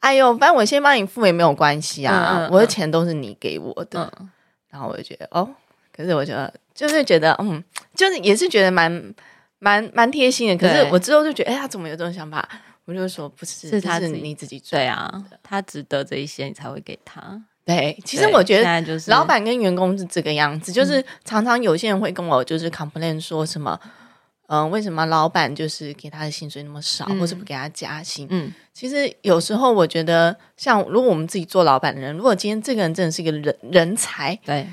Speaker 1: 哎呦，反正我先帮你付也没有关系啊，
Speaker 4: 嗯嗯嗯
Speaker 1: 我的钱都是你给我的。
Speaker 4: 嗯，
Speaker 1: 然后我就觉得哦，可是我觉得就是觉得嗯，就是也是觉得蛮蛮蛮贴心的。可是
Speaker 4: 对
Speaker 1: 我之后就觉得，哎，他怎么有这种想法？我就说不是，这
Speaker 4: 是他
Speaker 1: 是
Speaker 4: 自己
Speaker 1: 你自己赚
Speaker 4: 对。啊，他值得这一些，你才会给他。
Speaker 1: 对，其实
Speaker 4: 对
Speaker 1: 我觉
Speaker 4: 现
Speaker 1: 得
Speaker 4: 在就是
Speaker 1: 老板跟员工是这个样子，就是常常有些人会跟我就是 complain 说什么，嗯、为什么老板就是给他的薪水那么少，
Speaker 4: 嗯
Speaker 1: 或者不给他加薪？
Speaker 4: 嗯
Speaker 1: 其实有时候我觉得，像如果我们自己做老板的人，如果今天这个人真的是一个人人才，
Speaker 4: 对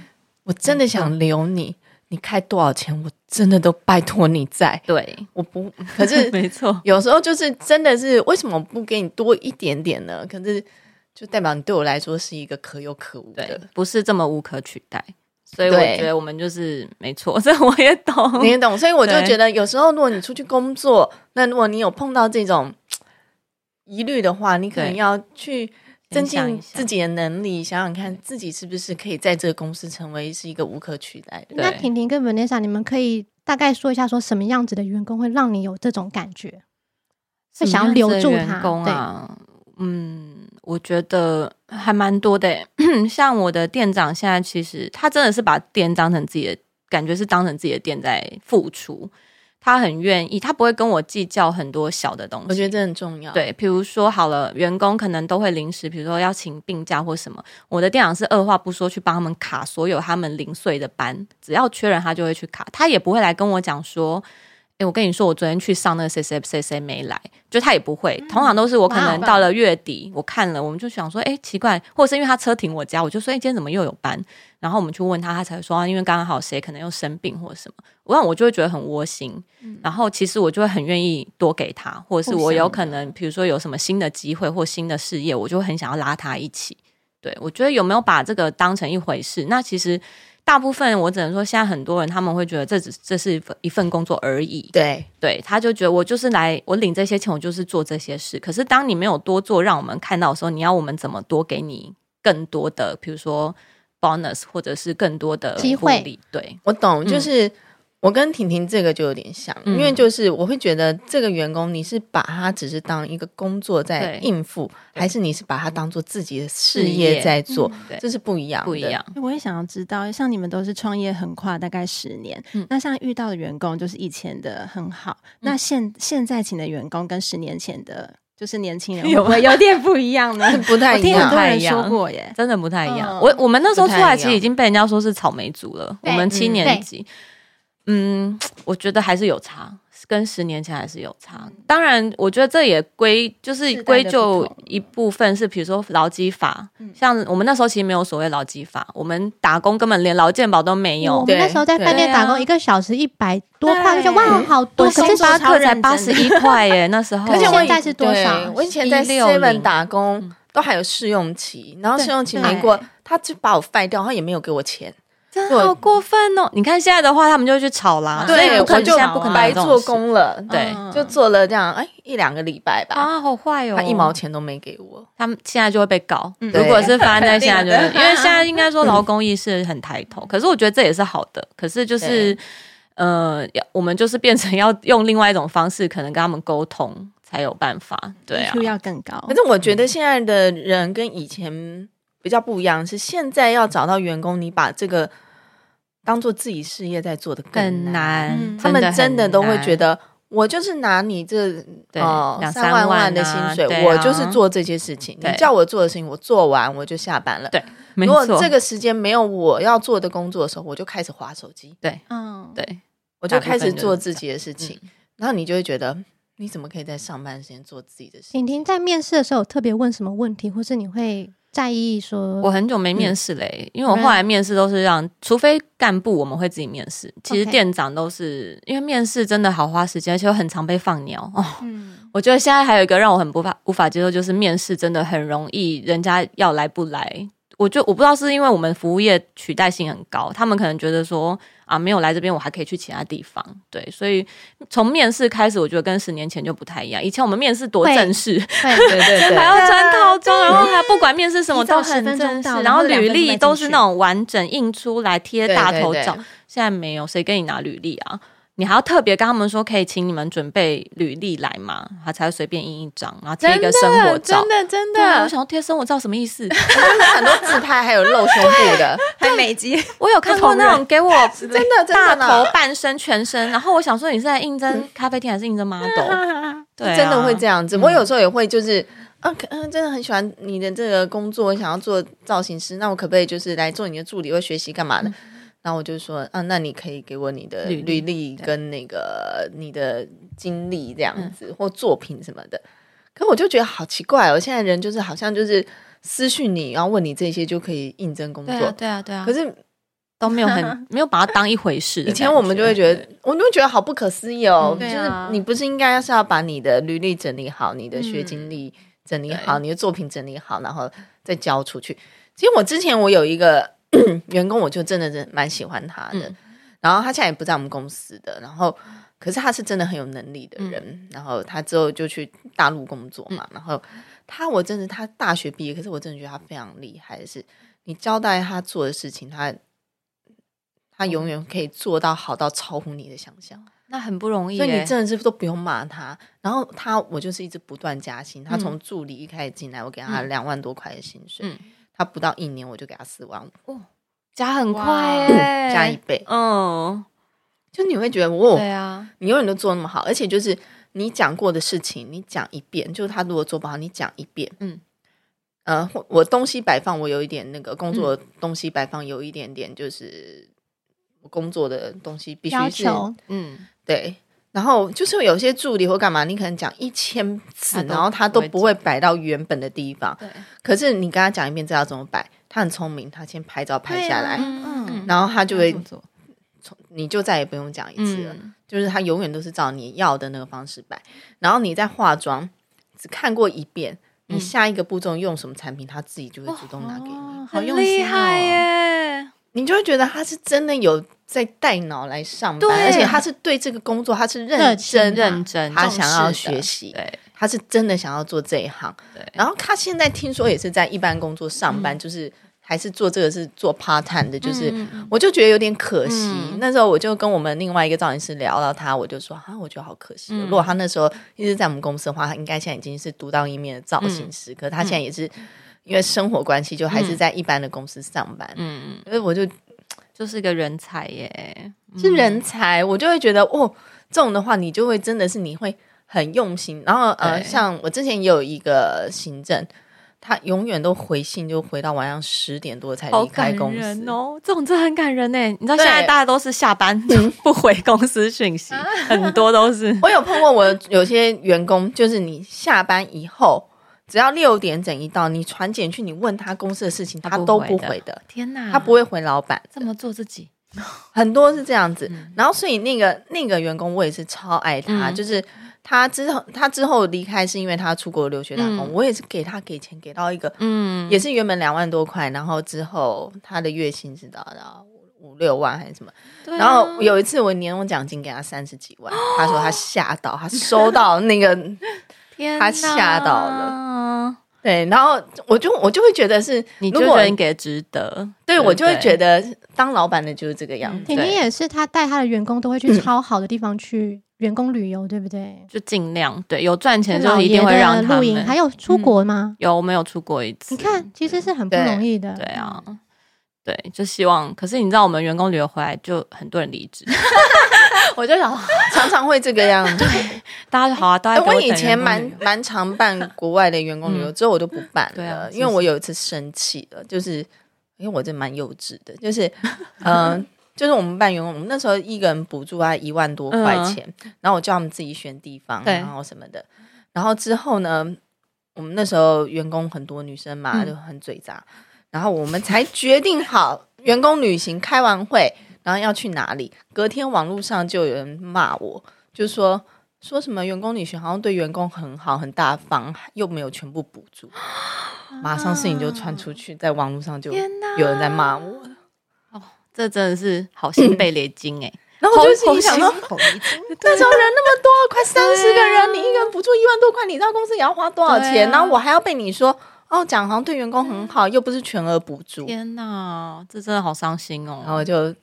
Speaker 1: 我真的
Speaker 4: 嗯
Speaker 1: 想留你，你开多少钱，我真的都拜托你在，
Speaker 4: 对，
Speaker 1: 我不，可是
Speaker 4: 没错，
Speaker 1: 有时候就是真的是为什么不给你多一点点呢？可是就代表你对我来说是一个可有可无
Speaker 4: 对
Speaker 1: 的。，
Speaker 4: 不是这么无可取代。所以我
Speaker 1: 对
Speaker 4: 觉得我们就是没错， 这我也懂
Speaker 1: 你。也懂，所以我就
Speaker 4: 对
Speaker 1: 觉得有时候，如果你出去工作，那如果你有碰到这种疑虑的话，你可能
Speaker 4: 对
Speaker 1: 要去增
Speaker 4: 想一
Speaker 1: 进
Speaker 4: 下
Speaker 1: 自己的能力，想想看自己是不是可以在这个公司成为是一个无可取代的。
Speaker 4: 对
Speaker 2: 那婷婷跟 Vanessa，你们可以大概说一下，说什么样子的员工会让你有这种感觉？会想要留住
Speaker 4: 什么
Speaker 2: 他
Speaker 4: 样子嗯的员工啊？嗯，我觉得还蛮多的 耶。像我的店长现在其实他真的是把店当成自己的，感觉是当成自己的店在付出。他很愿意，他不会跟我计较很多小的东西。
Speaker 1: 我觉得这很重要。，
Speaker 4: 对，比如说好了，员工可能都会临时，比如说要请病假或什么，我的店长是二话不说去帮他们卡所有他们零碎的班，只要缺人他就会去卡，他也不会来跟我讲说。诶，我跟你说，我昨天去上那个谁谁谁谁没来，就他也不会。通常都是我可
Speaker 2: 哇
Speaker 4: 能
Speaker 2: 好
Speaker 4: 到了月底，我看了，我们就想说，诶，奇怪，或者是因为他车停我家，我就说，诶，今天怎么又有班？然后我们去问他，他才会说，啊、因为刚刚好谁可能又生病或者什么。我让我就会觉得很窝心。然后其实我就会很愿意多给他，或者是
Speaker 1: 互
Speaker 4: 我有
Speaker 1: 相
Speaker 4: 可能，比如说有什么新的机会或新的事业，我就会很想要拉他一起。对我觉得有没有把这个当成一回事？那其实大部分我只能说，现在很多人他们会觉得这只这是一份一份工作而已。
Speaker 1: 对，
Speaker 4: 对，他就觉得我就是来，我领这些钱，我就是做这些事。可是当你没有多做，让我们看到的时候，你要我们怎么多给你更多的，比如说 bonus 或者是更多的
Speaker 2: 机
Speaker 4: 福
Speaker 2: 会
Speaker 4: 利？对，
Speaker 1: 我懂，
Speaker 4: 嗯
Speaker 1: 就是。我跟婷婷这个就有点像，
Speaker 4: 嗯
Speaker 1: 因为就是我会觉得这个员工你是把他只是当一个工作在
Speaker 4: 对
Speaker 1: 应付，还是你是把他当做自己的事
Speaker 4: 事
Speaker 1: 业
Speaker 4: 业嗯
Speaker 1: 在做，
Speaker 4: 对
Speaker 1: 这是不一样的，
Speaker 4: 不一样。
Speaker 3: 我也想要知道，像你们都是创业横跨大概十年，
Speaker 4: 嗯
Speaker 3: 那像遇到的员工就是以前的很好，那现现在请的员工跟十年前的，就是年轻人会不会有点不一样呢？
Speaker 1: 不太
Speaker 3: 我
Speaker 1: 一
Speaker 3: 听很
Speaker 1: 样
Speaker 3: 多。
Speaker 4: 不太
Speaker 3: 人
Speaker 4: 一样
Speaker 3: 说过耶，
Speaker 4: 真的不太一样。
Speaker 3: 嗯
Speaker 4: 我我们那时候出
Speaker 1: 不太
Speaker 4: 来，
Speaker 1: 一样
Speaker 4: 其实已经被人家说是草莓族了。我
Speaker 2: 对
Speaker 4: 们七
Speaker 1: 嗯
Speaker 4: 年
Speaker 2: 对
Speaker 4: 级，嗯，我觉得还是有差，跟十年前还是有差。当然，我觉得这也归就是
Speaker 3: 世代的
Speaker 4: 归
Speaker 3: 不
Speaker 4: 咎
Speaker 3: 同
Speaker 4: 一部分是，比如说劳基法，像我们那时候其实没有所谓劳基法，我们打工根本连劳健保都没
Speaker 2: 我
Speaker 4: 有。
Speaker 2: 们那
Speaker 1: 对
Speaker 2: 时候在饭店
Speaker 4: 对
Speaker 2: 打
Speaker 4: 啊
Speaker 2: 工，一个小时一百多块，就觉得
Speaker 3: 对
Speaker 2: 哇，好多。
Speaker 4: 我
Speaker 2: 可
Speaker 4: 星
Speaker 2: 是
Speaker 4: 巴克才八十一块耶，那时候。
Speaker 1: 而且我
Speaker 2: 现在是多少
Speaker 1: 对我以前在
Speaker 4: 160
Speaker 1: Seven 打
Speaker 4: 嗯
Speaker 1: 工都还有试用期，然后试用期没过，他就把我 fire 掉，他也没有给我钱，
Speaker 4: 真的好过分哦！你看现在的话，他们就会去吵啦，所以
Speaker 1: 啊对
Speaker 4: 不可
Speaker 1: 我
Speaker 4: 能
Speaker 1: 就
Speaker 4: 啊现在不可能
Speaker 1: 白
Speaker 4: 有这种
Speaker 1: 做
Speaker 4: 事
Speaker 1: 工啊了，
Speaker 4: 对
Speaker 3: 嗯
Speaker 1: 就做了这样哎一两个礼拜吧，
Speaker 4: 啊，哦好坏哦，
Speaker 1: 他一毛钱都没给我。
Speaker 4: 他们现在就会被告。
Speaker 3: 嗯
Speaker 4: 如果是发生在现在，就
Speaker 1: 肯
Speaker 4: 是
Speaker 1: 定
Speaker 4: 因为现在应该说劳工意识很抬
Speaker 1: 嗯
Speaker 4: 头，可是我觉得这也是好的。可是就是呃，要我们就是变成要用另外一种方式，可能跟他们沟通才有办法。对啊
Speaker 3: EQ，要 E 更高
Speaker 1: 可。是我觉得现在的人跟以前比较不一样，是现在要找到员工，你把这个当做自己事业在做的
Speaker 4: 更
Speaker 1: 难。
Speaker 4: 难
Speaker 3: 嗯，
Speaker 1: 他们真的都会觉
Speaker 4: 得
Speaker 1: 得，我就是拿你这
Speaker 4: 对
Speaker 1: 哦
Speaker 4: 两
Speaker 1: 三
Speaker 4: 万
Speaker 1: 万的薪
Speaker 4: 啊
Speaker 1: 水，
Speaker 4: 对啊
Speaker 1: 我就是做这些事情。
Speaker 4: 对
Speaker 1: 你叫我做的事情，我做完我就下班了。
Speaker 4: 对，没
Speaker 1: 如果
Speaker 4: 错，
Speaker 1: 这个时间没有我要做的工作的时候，我就开始划手机，
Speaker 3: 嗯，
Speaker 4: 对
Speaker 1: 我就开始做自己的
Speaker 4: 嗯
Speaker 1: 事情，然后你就会觉得，你怎么可以在上班时间做自己的 事情？
Speaker 2: 婷婷在面试的时候有特别问什么问题，或是你会在意说
Speaker 4: 我很久没面试嘞、
Speaker 2: 嗯
Speaker 4: 因为我后来面试都是让，除非干部我们会自己面试，其实
Speaker 2: OK
Speaker 4: 店长都是因为面试真的好花时间，而且我很常被放鸟哦。
Speaker 3: 嗯，
Speaker 4: 我觉得现在还有一个让我很无法无法接受，就是面试真的很容易，人家要来不来。我就我不知道是因为我们服务业取代性很高，他们可能觉得说啊，没有来这边我还可以去其他地方，对，所以从面试开始，我觉得跟十年前就不太一样。以前我们面试多
Speaker 2: 会
Speaker 4: 正式，
Speaker 2: 对
Speaker 1: 对 对
Speaker 4: 还
Speaker 1: 对，
Speaker 4: 要穿套装，然后还不管面试什么
Speaker 3: 提早
Speaker 4: 都很
Speaker 3: 10分
Speaker 4: 正
Speaker 3: 钟
Speaker 4: 式
Speaker 3: 到，
Speaker 4: 然
Speaker 3: 然后
Speaker 4: 后履
Speaker 3: 两分钟
Speaker 4: 历
Speaker 3: 再
Speaker 4: 都
Speaker 3: 进
Speaker 4: 是
Speaker 3: 去
Speaker 4: 那种完整印出来贴
Speaker 1: 对
Speaker 4: 大
Speaker 1: 对
Speaker 4: 头
Speaker 1: 对
Speaker 4: 照，现在没有，谁跟你拿履历啊？你还要特别跟他们说，可以请你们准备履历来嘛，他才会随便印一张，然后贴一个生活照
Speaker 1: 真。的真
Speaker 4: 对啊，我
Speaker 1: 的，
Speaker 4: 想要贴生活照什么意思？
Speaker 1: 他们很多自拍还有露胸部的，
Speaker 3: 还美 肌，
Speaker 4: 我有看过那种给我
Speaker 1: 真的真
Speaker 4: 大
Speaker 1: 的
Speaker 4: 头
Speaker 1: 呢，
Speaker 4: 半身全身，然后我想说你是在应征咖啡厅还是应征 model？对啊，
Speaker 1: 真的会这样子。
Speaker 4: 嗯
Speaker 1: 我有时候也会就是。啊，可嗯，真的很喜欢你的这个工作，想要做造型师，那我可不可以就是来做你的助理，或学习干嘛的？然后我就说，啊，那你可以给我你的
Speaker 4: 嗯履
Speaker 1: 履
Speaker 4: 历
Speaker 1: 历跟那个你的经历这样
Speaker 4: 嗯
Speaker 1: 子，或作品什么的。可我就觉得好奇怪哦，现在人就是好像就是私讯你，然后问你这些就可以应征工
Speaker 4: 对
Speaker 1: 作，
Speaker 4: 啊，对啊，对啊，
Speaker 1: 可是
Speaker 4: 都没有很没有把它当一回事的
Speaker 1: 以
Speaker 4: 感觉。
Speaker 1: 前我们就会觉得，我就会觉得好不可思议哦就
Speaker 4: 嗯，对
Speaker 1: 是
Speaker 4: 啊嗯
Speaker 1: 你不是应该是要把你的履历整理好，你的学经历整理好，你的作品整理好，然后再交出去。其实我之前我有一个 员工，我就真的是蛮喜欢他的，
Speaker 4: 嗯
Speaker 1: 然后他现在也不在我们公司的，然后可是他是真的很有能力
Speaker 4: 嗯
Speaker 1: 的人，然后他之后就去大陆工作嘛，然后他我真的他大学毕业，可是我真的觉得他非常厉害的是，你交代他做的事情，他他永远可以做到好到超乎你的想象，
Speaker 4: 那很不容易
Speaker 1: 所
Speaker 4: 嗯耶，
Speaker 1: 以你真的是都不用骂他。然后他我就是一直不断加薪，他从助理一开始进来，我给他
Speaker 4: 嗯
Speaker 1: 两万多块的薪水，
Speaker 4: 嗯
Speaker 1: 他不到一年我就给他四万五，
Speaker 4: 加很快
Speaker 3: 哇
Speaker 4: 耶，
Speaker 1: 加一倍，
Speaker 4: 嗯，
Speaker 1: 就你会觉得我
Speaker 4: 对啊，
Speaker 1: 你永远都做那么好，而且就是你讲过的事情，你讲一遍，就是他如果做不好，你讲一遍，
Speaker 4: 嗯，
Speaker 1: 呃，或我东西摆放，我有一点那个工
Speaker 4: 嗯
Speaker 1: 作的东西摆放有一点点就是我工作的东西必须
Speaker 2: 要
Speaker 1: 是
Speaker 2: 求
Speaker 4: 嗯，
Speaker 1: 对。然后就是有些助理或干嘛，你可能讲一千次
Speaker 4: 他，都
Speaker 1: 然后他都
Speaker 4: 不
Speaker 1: 不
Speaker 4: 会
Speaker 1: 会摆到原本的地方。
Speaker 4: 对，
Speaker 1: 可是你跟他讲一遍，知道怎么摆，他很聪明，他先拍照拍下来，
Speaker 4: 嗯嗯，
Speaker 1: 然后他就会
Speaker 3: 这么，做
Speaker 1: 你就再也不用讲一次了。
Speaker 4: 嗯，
Speaker 1: 就是他永远都是照你要的那个方式摆。然后你在化妆，只看过一遍，
Speaker 4: 嗯
Speaker 1: 你下一个步骤用什么产品，他自己就会主动拿给你，
Speaker 3: 哦好
Speaker 4: 很
Speaker 3: 用
Speaker 4: 厉
Speaker 3: 心哦
Speaker 4: 害！耶，
Speaker 1: 你就会觉得他是真的有在带脑来上班，
Speaker 4: 对
Speaker 1: 而且他是对这个工作他是认
Speaker 2: 热情
Speaker 1: 真
Speaker 2: 的
Speaker 4: 认真，
Speaker 1: 他想要
Speaker 4: 重视的
Speaker 1: 学习
Speaker 4: 对
Speaker 1: 他是真的想要做这一行。
Speaker 4: 对，
Speaker 1: 然后他现在听说也是在一般工作上班，就是还是做这个是做 part time 的，就是。
Speaker 4: 嗯嗯
Speaker 1: 我就觉得有点可惜。
Speaker 4: 嗯
Speaker 1: 那时候我就跟我们另外一个造型师聊到他，我就说啊，我觉得好可惜哦、
Speaker 4: 嗯
Speaker 1: 如果他那时候一直在我们公司的话，他应该现在已经是独当一面的造
Speaker 4: 嗯
Speaker 1: 型师。可是他现在也是、因为生活关系，就还是在一般的公司上班。
Speaker 4: 嗯，嗯
Speaker 1: 所以我就
Speaker 4: 就是个人才耶，
Speaker 1: 是人
Speaker 4: 嗯
Speaker 1: 才，我就会觉得哦，这种的话，你就会真的是你会很用心。然后呃，
Speaker 4: 对
Speaker 1: 像我之前也有一个行政。他永远都回信，就回到晚上十点多才
Speaker 4: 好
Speaker 1: 离
Speaker 4: 感
Speaker 1: 开公司。
Speaker 4: 人哦，这种真的很感人呢。你知道
Speaker 1: 对
Speaker 4: 现在大家都是下班 不回公司讯息，很多都是
Speaker 1: 我有碰过我有些员工，就是你下班以后，只要六点整一到，你传简讯，你问他公司的事情，
Speaker 4: 他
Speaker 1: 他
Speaker 4: 不
Speaker 1: 都
Speaker 4: 回
Speaker 1: 不
Speaker 4: 的嗯
Speaker 1: 回的，
Speaker 4: 天哪，
Speaker 1: 他不会回老板，
Speaker 4: 这么做自己，
Speaker 1: 很多是这样子。然后所以那个那个员工，我也是超爱他，
Speaker 4: 嗯
Speaker 1: 就是他之后他之后离开是因为他出国留学打工，
Speaker 4: 嗯
Speaker 1: 我也是给他给钱给到一个，
Speaker 4: 嗯，
Speaker 1: 也是原本两万多块，然后之后他的月薪是到到五六万还是什么。
Speaker 4: 对啊
Speaker 1: 然后有一次我年终奖金给他三十几万，他说他吓到，他收到那个
Speaker 4: 天
Speaker 1: 他吓到
Speaker 4: 了，
Speaker 1: 对，然后我就我就会觉得是，
Speaker 4: 你就
Speaker 1: 如
Speaker 4: 觉
Speaker 1: 果
Speaker 4: 得你给值得，
Speaker 1: 对我就会觉
Speaker 4: 得
Speaker 1: 得当老板的就是这个样子，
Speaker 2: 婷婷
Speaker 4: 对
Speaker 2: 也是，她带她的员工都会去
Speaker 4: 嗯
Speaker 2: 超好的地方去员工旅游，对不对？
Speaker 4: 就尽量对有赚钱就
Speaker 2: 老
Speaker 4: 是一定
Speaker 2: 爷
Speaker 4: 会
Speaker 2: 的
Speaker 4: 让他
Speaker 2: 露营，还
Speaker 4: 们。
Speaker 2: 有出国吗？
Speaker 4: 有我们有出国一次，
Speaker 2: 你看，其实是很不容易的。
Speaker 4: 对啊。
Speaker 1: 嗯
Speaker 4: 对，就希望。可是你知道，我们员工旅游回来就很多人离职，
Speaker 1: 我就想常常会这个样子。
Speaker 4: 大家就好啊，大
Speaker 1: 哎
Speaker 4: 家、
Speaker 1: 我以前蛮蛮常办国外的员工旅游，之后我都不办
Speaker 4: 嗯对啊
Speaker 1: 了，
Speaker 4: 是
Speaker 1: 因为我有一次生气了，就是因为我这蛮幼稚的，就是嗯。 就是我们办员工，我们那时候一个人补助他一万多块
Speaker 4: 嗯
Speaker 1: 钱，然后我叫他们自己选地方，啊
Speaker 4: 对
Speaker 1: 然后什么的。然后之后呢，我们那时候员工很多女生嘛，
Speaker 4: 嗯
Speaker 1: 就很嘴杂，然后我们才决定好 员工旅行开完会，然后要去哪里。隔天网络上就有人骂我，就说 说什么员工旅行好像对员工很好，很大方，又没有全部补助。马上事情就传出去，在网络上就有人在骂我，
Speaker 4: 这真的是好心被雷惊哎、
Speaker 1: 然嗯后我就心里想说，
Speaker 3: 口一惊，
Speaker 1: 那时候人那么多，快三十个人，你一个人补助一万多块，你知道公司也要花多少
Speaker 4: 对
Speaker 1: 钱？
Speaker 4: 啊
Speaker 1: 然后我还要被你说哦，讲好像对员工很好，又不是全额补助，
Speaker 4: 天哪，这真的好伤心哦。
Speaker 1: 然后就
Speaker 4: 我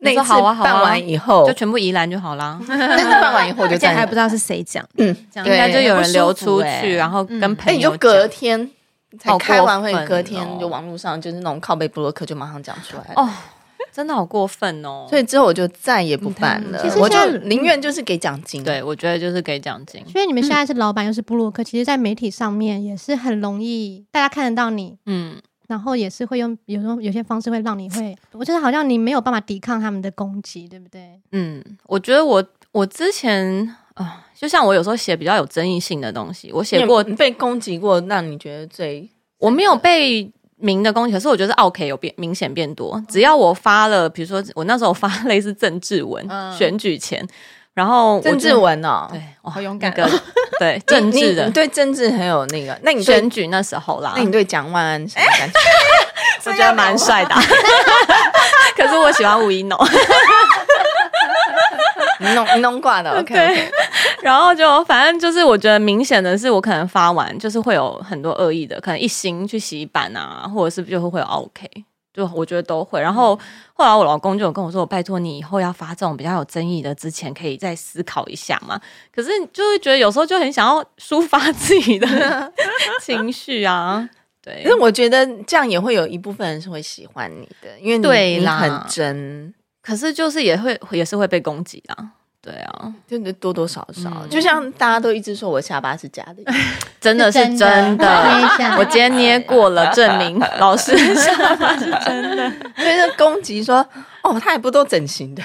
Speaker 1: 那一
Speaker 4: 说
Speaker 1: 次
Speaker 4: 好啊好啊
Speaker 1: 办完以后
Speaker 4: 就，全部宜兰就好啦，
Speaker 1: 那次办完以后我就
Speaker 3: 而 且
Speaker 1: 再
Speaker 3: 还不知道是谁讲，这样
Speaker 4: 应该就有人流出去，
Speaker 3: 很不舒服欸
Speaker 4: 然后跟
Speaker 1: 哎，
Speaker 4: 朋
Speaker 1: 你就
Speaker 4: 友
Speaker 1: 隔天才
Speaker 4: 好过
Speaker 1: 开完会
Speaker 4: 分，
Speaker 1: 隔天
Speaker 4: 哦
Speaker 1: 就网络上就是那种靠背布洛克就马上讲出来了。
Speaker 4: 哦，真的好过分哦。
Speaker 1: 所以之后我就再也不办了
Speaker 2: 其实，
Speaker 1: 我就
Speaker 2: 现在
Speaker 1: 宁愿就是给奖金。，
Speaker 4: 对，我觉得就是给奖金，
Speaker 2: 所以你们现在是老板又是布洛克，其实，在媒体上面也是很容易大家看得到你，
Speaker 4: 嗯，
Speaker 2: 然后也是会用有时候有些方式会让你会，我觉得好像你没有办法抵抗他们的攻击，对不对？
Speaker 4: 嗯，我觉得我我之前啊、就像我有时候写比较有争议性的东西，我写过，
Speaker 1: 被攻击过，让你觉得最
Speaker 4: 我没有被明的攻击，可是我觉得啊 OK 有变明显变多。只要我发了，比如说我那时候发类似政治文，
Speaker 3: 嗯
Speaker 4: 选举前，然后我就
Speaker 1: 政治文哦，
Speaker 4: 对，哇
Speaker 3: 好勇敢
Speaker 4: 那个对政
Speaker 1: 你
Speaker 4: 治
Speaker 1: 啊 你
Speaker 4: 的
Speaker 1: 对政治很有那个，那你对
Speaker 4: 选举那时候啦
Speaker 1: 那，你对蒋万安什么感 觉？
Speaker 4: 我觉得蛮帅的啊， 可是我喜欢吴一农。
Speaker 1: 你弄你弄挂的，OK，
Speaker 4: 对，然后就反正就是，我觉得明显的是，我可能发完就是会有很多恶意的，可能一星去洗版啊，或者是就会有 OK，就我觉得都会。然后后来我老公就有跟我说：“我拜托你以后要发这种比较有争议的之前，可以再思考一下嘛。”可是就会觉得有时候就很想要抒发自己的 情绪啊，对
Speaker 1: 可是。我觉得这样也会有一部分人是会喜欢你的，因为你
Speaker 4: 对
Speaker 1: 你
Speaker 4: 啦
Speaker 1: 很真，
Speaker 4: 可是就是也会也是会被攻击啊，对啊，
Speaker 1: 就是多多少少，
Speaker 4: 嗯
Speaker 1: 就像大家都一直说我下巴是假的，
Speaker 4: 真的是真的。
Speaker 2: 捏一下
Speaker 4: 我今天捏过了，证明老师 下巴是真的。
Speaker 1: 就是攻击说哦，他也不都整形的，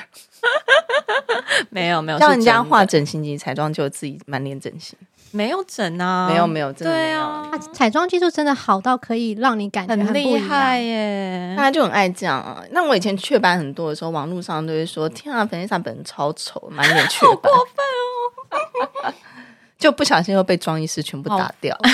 Speaker 4: 没有没有，
Speaker 1: 让
Speaker 4: 是
Speaker 1: 人家
Speaker 4: 真的
Speaker 1: 画整形及彩妆，就自己满脸整形，
Speaker 4: 没有整啊，
Speaker 1: 没有没有，真的没
Speaker 4: 对
Speaker 1: 有。
Speaker 4: 啊，
Speaker 2: 他彩妆技术真的好到可以让你感觉
Speaker 4: 很
Speaker 2: 很不
Speaker 4: 厉
Speaker 2: 一样
Speaker 4: 害，耶
Speaker 1: 大。家就很爱这样啊。那我以前雀斑很多的时候，网络上都会说：“天啊，粉丽莎本人超丑，满脸雀 斑。”过分哦！ 就不小心又被庄医师全部打掉， 被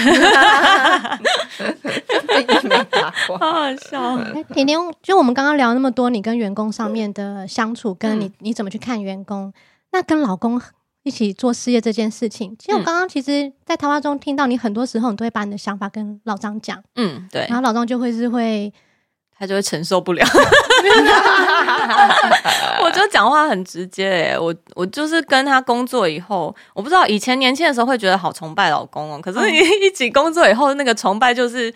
Speaker 1: 医美打光。
Speaker 4: 好好笑，
Speaker 2: 哎甜甜，就我们刚刚聊那么多，你跟员工上面的相处，跟你你怎么去看员工，那跟老公一起做事业这件事情，其实我
Speaker 4: 嗯
Speaker 2: 刚刚其实，在谈话中听到你很多时候，你都会把你的想法跟老张讲，
Speaker 4: 嗯，对
Speaker 2: 然，后老张就会是会，
Speaker 4: 他就会承受不 了。我就讲话很直接诶、我我就是跟他工作以后，我不知道以前年轻的时候会觉得好崇拜老公哦，可是一 一起工作以后，那个崇拜就是，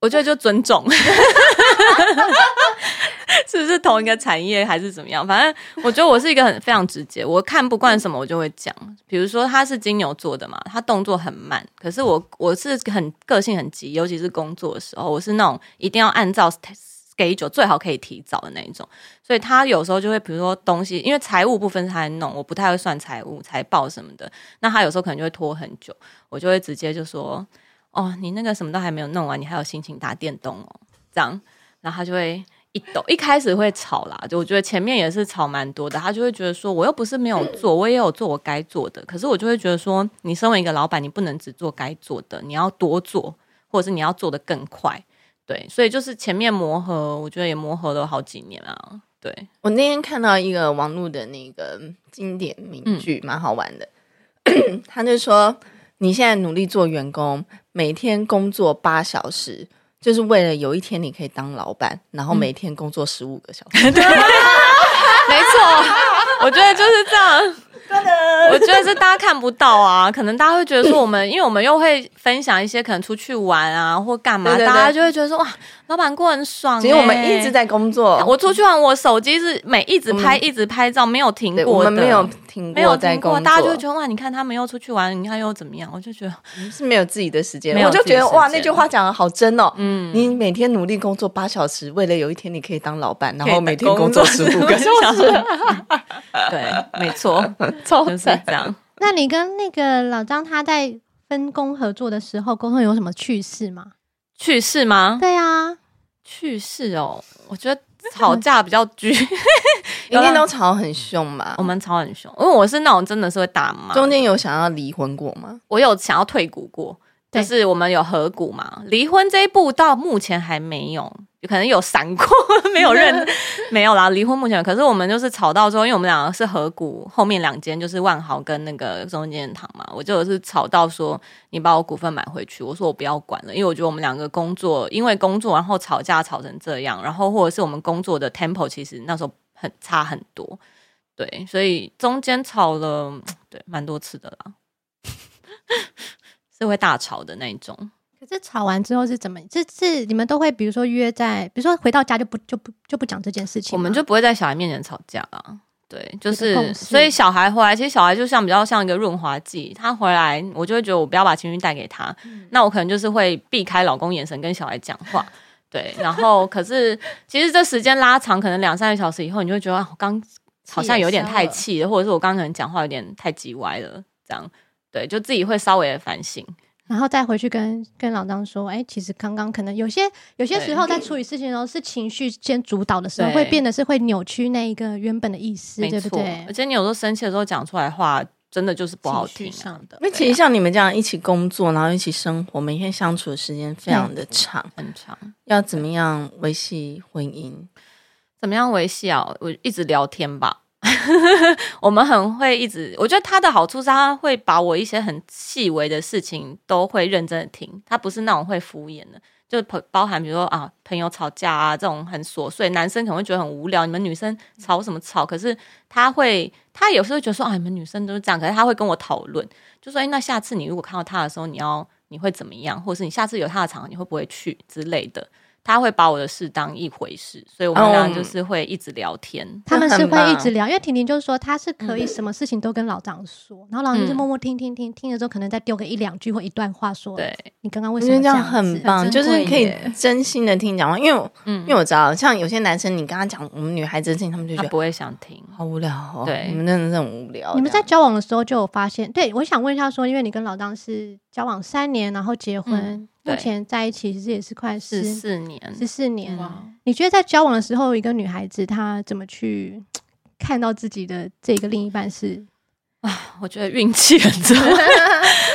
Speaker 4: 我觉得就尊重， 是不是同一个产业还是怎么样？反正我觉得我是一个很非常直接，我看不惯什么我就会讲。比如说他是金牛座的嘛，他动作很慢，可是我我是很个性很急，尤其是工作的时候，我是那种一定要按照 schedule 最好可以提早的那一种。所以他有时候就会，比如说东西，因为财务部分是他在弄，我不太会算财务、财报什么的，那他有时候可能就会拖很久，我就会直接就说：“哦，你那个什么都还没有弄完，你还有心情打电动哦？”这样，然后他就会一抖，一开始会吵啦，就我觉得前面也是吵蛮多的，他就会觉得说：“我又不是没有做，我也有做我该做的。”可是我就会觉得说，你身为一个老板，你不能只做该做的，你要多做，或者是你要做的更快。对，所以就是前面磨合，我觉得也磨合了好几年啊。对，
Speaker 1: 我那天看到一个网络的那个经典名句，蛮好玩的。 他就说：“你现在努力做员工，每天工作八小时，就是为了有一天你可以当老板，然后每天工作十五个小时。
Speaker 4: 没错，我觉得就是 这样。我觉得是大家看不到啊，可能大家会觉得说我们，因为我们又会分享一些可能出去玩啊或干嘛，
Speaker 1: 对对对
Speaker 4: 大家就会觉得说哇，老板过很爽、欸。
Speaker 1: 其实我们一直，在工作，
Speaker 4: 我出去玩，我手机是每一直拍
Speaker 1: 我
Speaker 4: 一直拍照，没有停
Speaker 1: 嗯对
Speaker 4: 过
Speaker 1: 我
Speaker 4: 的
Speaker 1: 们没有停
Speaker 4: 没有
Speaker 1: 过在
Speaker 4: 停
Speaker 1: 工
Speaker 4: 过，
Speaker 1: 作，
Speaker 4: 大家就会觉得哇，你看他们又出去玩，你看又怎么样？我就觉得
Speaker 1: 得是没有自己的时间
Speaker 4: 没，有
Speaker 1: 我就觉
Speaker 4: 自己
Speaker 1: 得
Speaker 4: 的时
Speaker 1: 哇，
Speaker 4: 间
Speaker 1: 那句话讲的好真哦。
Speaker 4: 嗯，
Speaker 1: 你每天努力工作八小时，为了有一天你可以当老板，然
Speaker 4: 可以
Speaker 1: 后每天工作十五个小时，
Speaker 4: 时， 对，没错，
Speaker 1: 超
Speaker 4: 就是
Speaker 1: 赞。
Speaker 4: 这样。
Speaker 2: 那你跟那个老张他在分工合作的时候，沟通有什么趣事吗？
Speaker 4: 去世吗？
Speaker 2: 对啊，
Speaker 4: 去世哦，我觉得吵架比较拘。
Speaker 1: 一定都吵很凶嘛
Speaker 4: 我。们吵很凶，因为我是那种真的是会打骂，
Speaker 1: 中间有想要离婚过吗？
Speaker 4: 我有想要退股过，
Speaker 2: 对
Speaker 4: 就是我们有合股嘛，离婚这一步到目前还没有，可能有闪过， 没有认，没有啦。离婚目前，可是我们就是吵到说，因为我们两个是合股，后面两间就是万豪跟那个中间堂嘛，我就是吵到说，你把我股份买回去，我说我不要管了，因为我觉得我们两个工作，因为工作然后吵架吵成这样，然后或者是我们工作的 tempo 其实那时候很差很多，对，所以中间吵了对蛮多次的啦。是会大吵的那一种。
Speaker 2: 可是吵完之后是怎么？是是你们都会比如说约在，比如说回到家就不就不就不讲这件事情
Speaker 4: 我
Speaker 2: 吗，
Speaker 4: 们就不会在小孩面前吵架啊。对，就
Speaker 2: 有个
Speaker 4: 是
Speaker 2: 共识
Speaker 4: 所以小孩回来，其实小孩就像比较像一个润滑剂，他回来我就会觉得我不要把情绪带给他，
Speaker 2: 嗯
Speaker 4: 那我可能就是会避开老公眼神跟小孩讲话。对，然后可是其实这时间拉长，可能两三个小时以后，你就会觉得啊我刚好像有点太气了，或者是我刚刚可能讲话有点太叽歪了，这样对，就自己会稍微的反省。
Speaker 2: 然后再回去跟跟老张说，哎、其实刚刚可能有些有些时候在处理事情的时候，是情绪先主导的时候，
Speaker 4: 对
Speaker 2: 会变得是会扭曲那一个原本的意思，
Speaker 4: 没
Speaker 2: 对不
Speaker 4: 错
Speaker 2: 对，
Speaker 4: 而？且你有时候生气的时候讲出来的话，真的就是不好听、
Speaker 3: 情绪
Speaker 4: 啊。
Speaker 3: 上的
Speaker 1: 因为其实像你们这样一起工作，然后一起生活，每天相处的时间非常
Speaker 4: 嗯
Speaker 1: 的长，
Speaker 4: 很长。
Speaker 1: 要怎么样维系婚姻？
Speaker 4: 怎么样维系啊？我一直聊天吧。我们很会一直，我觉得他的好处是他会把我一些很细微的事情都会认真的听，他不是那种会敷衍的，就包包含比如说啊朋友吵架啊这种很琐碎，男生可能会觉得很无聊，你们女生吵什么吵？可是他会，他有时候觉得说啊你们女生都是这样，可是他会跟我讨论，就说哎、那下次你如果看到他的时候，你要你会怎么样，或者是你下次有他的场合你会不会去之类的。他会把我的事当一回事，所以我们俩
Speaker 1: 嗯
Speaker 4: 就是会一直聊天。
Speaker 2: 他们是
Speaker 1: 很棒
Speaker 2: 会一直聊，因为婷婷就是说她是
Speaker 4: 嗯
Speaker 2: 可以什么事情都跟老张说，然后老张就是默默听听听听了之后，可能再丢个一两句或一段话说，
Speaker 4: 对，
Speaker 2: 你刚刚为
Speaker 1: 我
Speaker 2: 什
Speaker 1: 觉
Speaker 2: 么
Speaker 1: 得这
Speaker 2: 这
Speaker 1: 样
Speaker 2: 样子
Speaker 1: 很棒，
Speaker 3: 很
Speaker 1: 就
Speaker 3: 珍
Speaker 1: 是
Speaker 3: 贵
Speaker 1: 可以
Speaker 3: 耶
Speaker 1: 真心的听讲话，因为我
Speaker 4: 嗯
Speaker 1: 因为我知道，像有些男生，你跟他讲我们女孩子的事情，他们就觉
Speaker 4: 他
Speaker 1: 得
Speaker 4: 不会想听。
Speaker 1: 好无聊哦，
Speaker 4: 对
Speaker 1: 你们真的是很无聊。
Speaker 2: 你们
Speaker 1: 这
Speaker 2: 在
Speaker 1: 样
Speaker 2: 交往的时候就有发现？对，我想问一下说，因为你跟老张是交往三年，然后结婚，
Speaker 4: 嗯对
Speaker 2: 目前在一起其实也是快
Speaker 4: 十
Speaker 2: 十
Speaker 4: 四年，
Speaker 2: 十四年。
Speaker 3: 哇，
Speaker 2: 你觉得在交往的时候，一个女孩子她怎么去看到自己的这个另一半是？
Speaker 4: 我觉得运气很 重要。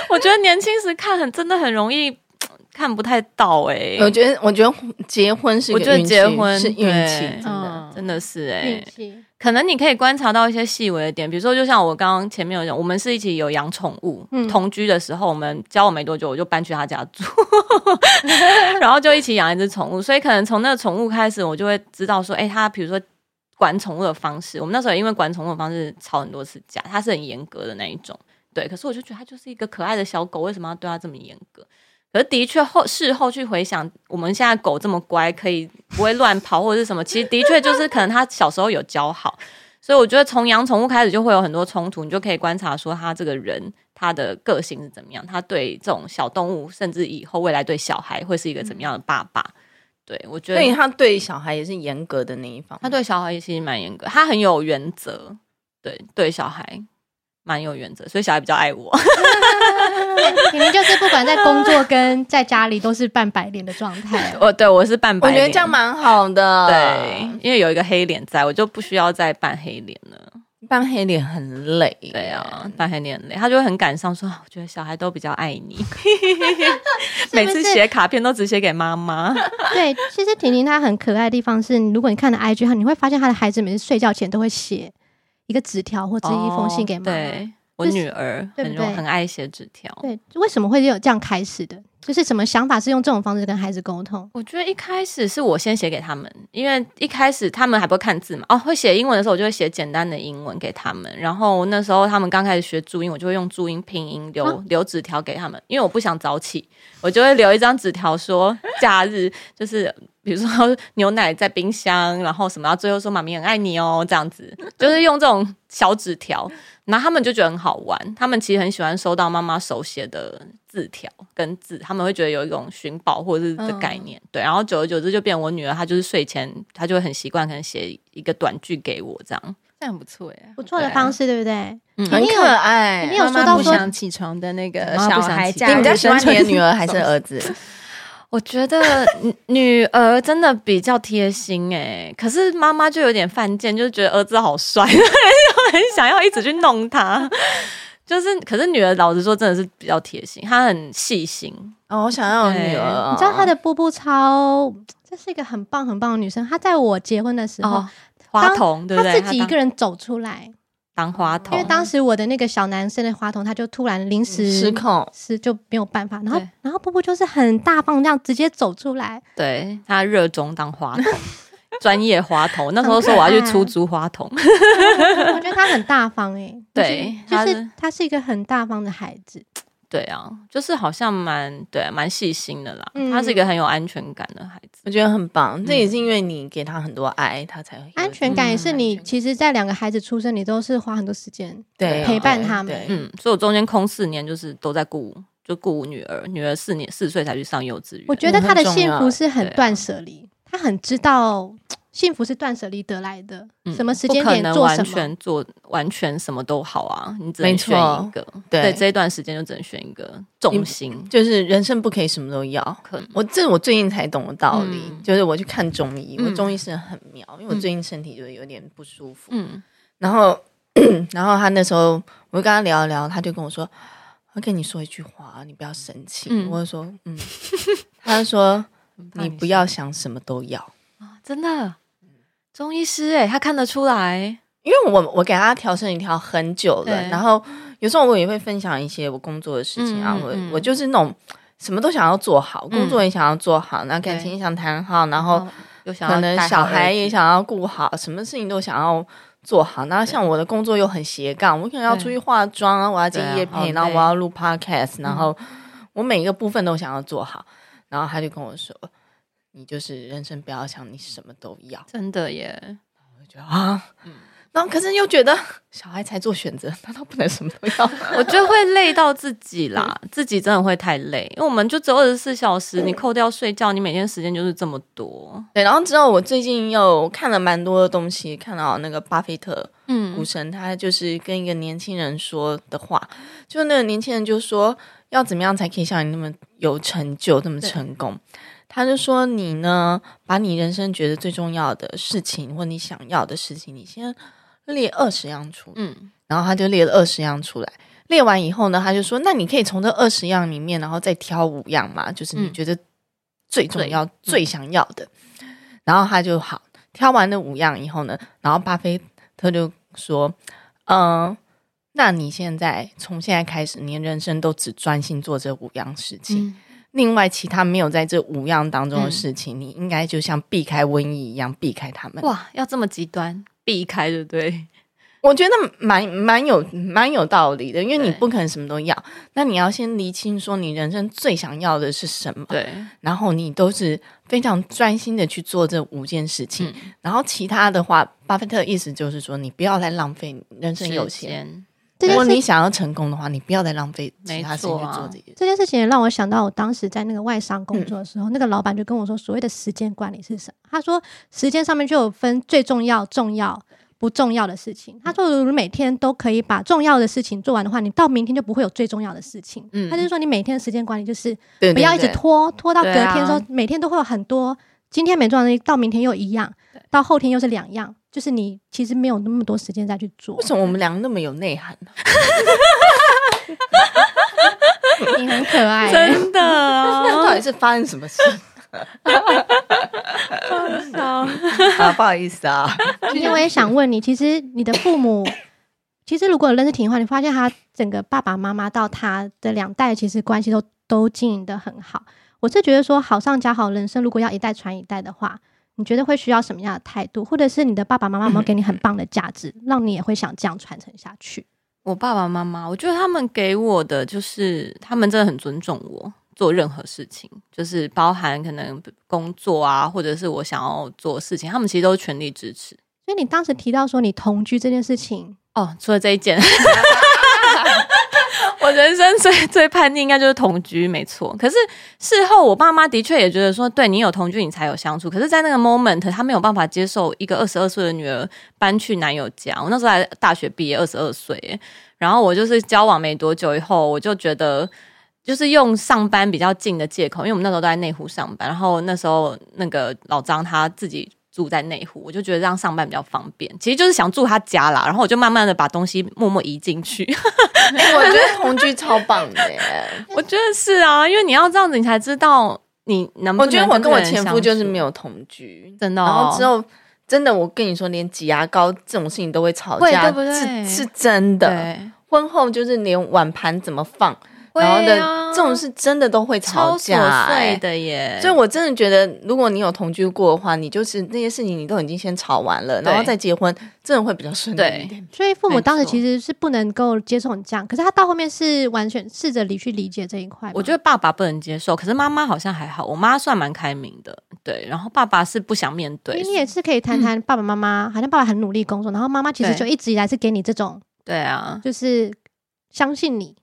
Speaker 4: 我觉得年轻时看很真的很容易看不太到哎、
Speaker 2: 呃
Speaker 1: 我觉得，我觉得结婚是一
Speaker 4: 我
Speaker 1: 个
Speaker 4: 觉得
Speaker 1: 运气
Speaker 4: 结婚
Speaker 1: 是运气，
Speaker 4: 对
Speaker 1: 真
Speaker 2: 嗯
Speaker 1: 的。
Speaker 4: 真的是哎、
Speaker 2: 呃运气，
Speaker 4: 可能你可以观察到一些细微的点，比如说，就像我刚刚前面有讲，我们是一起有养宠物，
Speaker 2: 嗯
Speaker 4: 同居的时候，我们交往没多久，我就搬去他家住， 然后就一起养一只宠物，所以可能从那个宠物开始，我就会知道说，哎、他比如说管宠物的方式，我们那时候也因为管宠物的方式吵很多次架，他是很严格的那一种，对，可是我就觉得他就是一个可爱的小狗，为什么要对他这么严格？可是的确后事后去回想，我们现在狗这么乖，可以不会乱跑或者是什么，其实的确就是可能他小时候有教好，所以我觉得从养宠物开始就会有很多冲突，你就可以观察说他这个人他的个性是怎么样，他对这种小动物，甚至以后未来对小孩会是一个怎么样的爸爸。对我
Speaker 1: 嗯
Speaker 4: 觉
Speaker 1: 所以
Speaker 4: 得
Speaker 1: 他对小孩也是严格的那一方，
Speaker 4: 他对小孩其实蛮严格，他很有原则，对对小孩蛮有原则，所以小孩比较爱我。
Speaker 2: 婷婷就是不管在工作跟在家里都是半白脸的状
Speaker 4: 。
Speaker 2: 态
Speaker 4: 我哦对我是半白
Speaker 1: 我
Speaker 4: 脸，
Speaker 1: 觉得这样蛮好的。
Speaker 4: 对，，因为有一个黑脸在，我就不需要再扮黑脸了。
Speaker 1: 扮黑脸很累。
Speaker 4: 对，啊，扮黑脸很累，他就会很感伤，说啊我觉得小孩都比较 爱你，每次写卡片都只写给妈妈。
Speaker 2: 对，其实婷婷她很可爱的地方是，如果你看的 IG，她你会发现她的孩子每次睡觉前都会写一个纸条或者一封信给妈妈。
Speaker 4: 哦对我
Speaker 2: 就是
Speaker 4: 女儿
Speaker 2: 对
Speaker 4: 很
Speaker 2: 不
Speaker 4: 容
Speaker 2: 对
Speaker 4: 很爱写纸条。
Speaker 2: 对，为什么会有这样开始的？就是什么想法是用这种方式跟孩子沟通？
Speaker 4: 我觉得一开始是我先写给他们，因为一开始他们还不会看字嘛。哦，会写英文的时候，我就会写简单的英文给他们。然后那时候他们刚开始学注音，我就会用注音拼音留、
Speaker 2: 啊
Speaker 4: 留纸条给他们，因为我不想早起，我就会留一张纸条说假日就是。比如说 牛奶在冰箱，然后什么，然后最后说妈咪很爱你哦，这样子，就是用这种小纸条，然后他们就觉得很好玩，他们其实很喜欢收到妈妈手写的字条跟字，他们会觉得有一种寻宝或者是的概念，对。然后久而久之就变我女儿，她就是睡前她就会很习惯，可能写一个短句给我这样。
Speaker 3: 这样很不错耶。
Speaker 2: 不错的方式，对不对？
Speaker 4: 嗯
Speaker 1: 很
Speaker 2: 你有
Speaker 1: 可爱。
Speaker 2: 你有说
Speaker 3: 妈
Speaker 2: 到
Speaker 3: 妈不
Speaker 2: 说
Speaker 3: 想起床的那个
Speaker 4: 妈妈
Speaker 3: 小
Speaker 4: 不想
Speaker 3: 孩
Speaker 4: 起
Speaker 3: 家
Speaker 4: 床
Speaker 1: 你
Speaker 3: 人，
Speaker 1: 比较喜欢你的女儿还是儿 子？
Speaker 4: 我觉得女 女儿真的比较贴心哎、可是妈妈 就有点犯贱，就是觉得儿子好帅，就很想要一直去弄他。就是，可是女儿老实说，真的是比较贴心，她很细心。
Speaker 1: 哦，我想要有女儿啊，
Speaker 2: 你知道她的布布超，这是一个很棒很棒的女生。她在我结婚的时候，
Speaker 4: 哦，花童对不
Speaker 2: 她
Speaker 4: 对？
Speaker 2: 自己一个
Speaker 4: 人
Speaker 2: 人走出来，
Speaker 4: 当花
Speaker 2: 因
Speaker 4: 童，
Speaker 2: 为当时我的那个小男生的花童，他就突然临时
Speaker 1: 失控，
Speaker 2: 是就没有办法。然后
Speaker 4: 对，
Speaker 2: 然后布布就是很大方，这样直接走出来，
Speaker 4: 对她热衷当花童，专业花童。那时候说我要去出租花童，
Speaker 2: 我觉得他很大方哎、欸。
Speaker 4: 对
Speaker 2: 就是
Speaker 4: 她
Speaker 2: 就是是他是一个很大方的孩子。
Speaker 4: 对啊，就是好像蛮对蛮细心的啦。
Speaker 2: 嗯
Speaker 4: 她是一个很有安全感的孩子，
Speaker 1: 我觉得很棒。这也
Speaker 4: 嗯
Speaker 1: 是因为你给他很多爱，他才会有嗯
Speaker 2: 安全感也是
Speaker 1: 安
Speaker 2: 你，
Speaker 1: 全
Speaker 2: 其实，在两个孩子出生，你都是花很多时间。
Speaker 1: 对
Speaker 2: 陪伴
Speaker 1: 对
Speaker 2: 他们
Speaker 1: 对
Speaker 4: 嗯，所以我中间空四年就是都在顾就顾女儿，女儿四年四岁才去上幼稚园。
Speaker 2: 我觉得他的幸福是
Speaker 4: 嗯很重
Speaker 2: 很
Speaker 4: 要
Speaker 2: 断舍离，他很知道幸福是断舍离得来的，
Speaker 4: 嗯
Speaker 2: 什么时间点
Speaker 4: 不可能
Speaker 2: 做什
Speaker 4: 完
Speaker 2: 么。
Speaker 4: 全做完全什么都好啊，你只
Speaker 1: 没
Speaker 4: 能
Speaker 1: 错
Speaker 4: 选一个。对，
Speaker 1: 对
Speaker 4: 这一段时间就只能选一个重心。
Speaker 1: 就是人生不可以什么都要。
Speaker 4: 可能
Speaker 1: 我这我最近才懂的道理，
Speaker 4: 嗯
Speaker 1: 就是我去看中医，
Speaker 4: 嗯
Speaker 1: 我中医是很妙，因为我最近身体就是有点不舒服，
Speaker 4: 嗯，
Speaker 1: 然后 然后他那时候我就跟他聊一聊，他就跟我说，我跟你说一句话，你不要生气，
Speaker 4: 嗯
Speaker 1: 我就说 嗯，他就说
Speaker 4: 怕
Speaker 1: 你
Speaker 4: 你
Speaker 1: 不要想什么都要，
Speaker 4: 嗯真的，中医师哎、他看得出来。
Speaker 1: 因为我我给他调身体调很久了，
Speaker 4: 对
Speaker 1: 然后有时候我也会分享一些我工作的事情啊，
Speaker 4: 嗯嗯嗯
Speaker 1: 我我就是那种什么都想要做好，
Speaker 4: 嗯
Speaker 1: 工作也想要做好，然后
Speaker 4: 对
Speaker 1: 感情也想谈好，然后
Speaker 4: 又想要
Speaker 1: 可能
Speaker 4: 带好
Speaker 1: 小孩
Speaker 4: 儿子
Speaker 1: 也想要顾好，什么事情都想要做好。然后像我的工作又很斜杠，我可能要
Speaker 4: 对
Speaker 1: 出去化妆啊，我嗯要接
Speaker 4: 对啊
Speaker 1: 夜
Speaker 4: 好
Speaker 1: 配，
Speaker 4: 累
Speaker 1: 然后我要录 podcast，然后我每一个部分都想要做好。然后他就跟我说：“你就是人生不要想你什么都要。”
Speaker 4: 真的耶，
Speaker 1: 我就觉得啊， 然后可是又觉得小孩才做选择，难道不能什么都要吗？
Speaker 4: 我觉得会累到自己啦， 自己真的会太累，因为我们就只有二十四小时，你扣掉睡觉，你每天时间就是这么多。
Speaker 1: 对，然后之后我最近又看了蛮多的东西，看到那个巴菲特股
Speaker 4: 嗯，
Speaker 1: 神，他就是跟一个年轻人说的话，就那个年轻人就说要怎么样才可以像你那么有成就、那么
Speaker 4: 对
Speaker 1: 成功。他就说：“你呢，把你人生觉得最重要的事情，或你想要的事情，你先列二十样出来
Speaker 4: 嗯，
Speaker 1: 然后他就列了二十样出来。列完以后呢，他就说：“那你可以从这二十样里面，然后再挑五样嘛，就是你
Speaker 4: 嗯
Speaker 1: 觉得最重要、最想要的。然后他就好挑完那五样以后呢，然后巴菲特就说：“嗯、那你现在从现在开始，你的人生都只专心做这五样事情，
Speaker 4: 嗯
Speaker 1: 另外其他没有在这五样当中的事情，你应该就像避开瘟疫一样避开他们。”
Speaker 4: 哇，要这么极端，避开对不对？
Speaker 1: 我觉得蛮蛮有蛮有道理的，因为你
Speaker 4: 对
Speaker 1: 不可能什么都要，那你要先厘清说你人生最想要的是什么，
Speaker 4: 对，
Speaker 1: 然后你都是非常专心的去做这五件事情，
Speaker 4: 嗯
Speaker 1: 然后其他的话，巴菲特意思就是说，你不要再浪费人生有
Speaker 4: 时
Speaker 1: 限。
Speaker 4: 间，
Speaker 2: 这
Speaker 1: 如
Speaker 2: 件
Speaker 1: 果
Speaker 2: 事
Speaker 1: 你想要成功的话，你不要再浪费其他事情去
Speaker 4: 没错啊
Speaker 1: 做这些。
Speaker 2: 这件事情也让我想到，我当时在那个外商工作的时候，那个老板就跟我说，所谓的时间管理是什么？他说，时间上面就有分最重要、重要、不重要的事情。他说，如果每天都可以把重要的事情做完的话，你到明天就不会有最重要的事情。
Speaker 4: 嗯
Speaker 2: 他就是说，你每天的时间管理就是
Speaker 1: 对
Speaker 2: 不要一直
Speaker 1: 对
Speaker 2: 拖，拖到隔
Speaker 4: 对
Speaker 2: 天的时候，
Speaker 4: 啊
Speaker 2: 每天都会有很多，今天没做完的，到明天又一样
Speaker 4: 对，
Speaker 2: 到后天又是两样，就是你其实没有那么多时间再去做
Speaker 1: 为。什么我们两个那么有内
Speaker 4: 啊
Speaker 1: 涵呢？
Speaker 2: 你很可爱
Speaker 4: 真的啊，
Speaker 1: 到底是发生什么事？ 啊，不好意思啊，
Speaker 2: 其实我也想问你，其实你的父母，其实如果有认识婷的话，你发现他整个爸爸妈妈到他的两代，其实关系都都经营的很好。我是觉得说，好上加好人生，如果要一代传一代的话，你觉得会需要什么样的态度，或者是你的爸爸妈妈有没有给你很棒的价值，让你也会想这样传承下去？
Speaker 4: 我爸爸妈妈，我觉得他们给我的就是，他们真的很尊重我做任何事情，就是包含可能工作啊，或者是我想要做的事情，他们其实都全力支持。
Speaker 2: 所以你当时提到说你同居这件事情，
Speaker 4: 哦，除了这一件， 我人生最最叛逆应该就是同居，没错。可是事后我爸妈的确也觉得说，对你有同居你才有相处。可是，在那个 moment，他没有办法接受一个二十二岁的女儿搬去男友家。我那时候还大学毕业，二十二岁耶，然后我就是交往没多久以后，我就觉得。就是用上班比较近的借口，因为我们那时候都在内湖上班，然后那时候那个老张他自己住在内湖，我就觉得这样上班比较方便。其实就是想住他家啦，然后我就慢慢的把东西默默移进去。
Speaker 1: 哎我觉得同居超棒的耶！
Speaker 4: 我觉得是啊，因为你要这样子，你才知道你能不
Speaker 1: 我
Speaker 4: 能
Speaker 1: 觉得我跟我前夫就是
Speaker 4: 有。
Speaker 1: 没有同居，
Speaker 4: 真的、哦，
Speaker 1: 然后之后真的，我跟你说，连挤牙膏这种事情都会吵架，
Speaker 4: 会对不对
Speaker 1: 是是真的。
Speaker 4: 对，
Speaker 1: 婚后就是连碗盘怎么放，
Speaker 4: 会
Speaker 1: 然后的
Speaker 4: 啊
Speaker 1: 这种事真的都会
Speaker 4: 超
Speaker 1: 吵
Speaker 4: 琐
Speaker 1: 架、
Speaker 4: 碎
Speaker 1: 哎
Speaker 4: 的耶，
Speaker 1: 所以，我真的觉得，如果你有同居过的话，你就是那些事情你都已经先吵完了，
Speaker 4: 对
Speaker 1: 然后再结婚，真的会比较顺利一点。
Speaker 2: 所以父母
Speaker 4: 没
Speaker 2: 当时
Speaker 4: 错
Speaker 2: 其实是不能够接受你这样，可是他到后面是完全试着理去理解这一块吗。
Speaker 4: 我觉得爸爸不能接受，可是妈妈好像还好，我妈算蛮开明的，对，然后爸爸是不想面
Speaker 2: 因
Speaker 4: 对
Speaker 2: 为，你也是可以谈谈爸爸妈妈，好像爸爸很努力工作，然后妈妈其实
Speaker 4: 对
Speaker 2: 就一直以来是给你这种
Speaker 4: 对啊，
Speaker 2: 就是相信你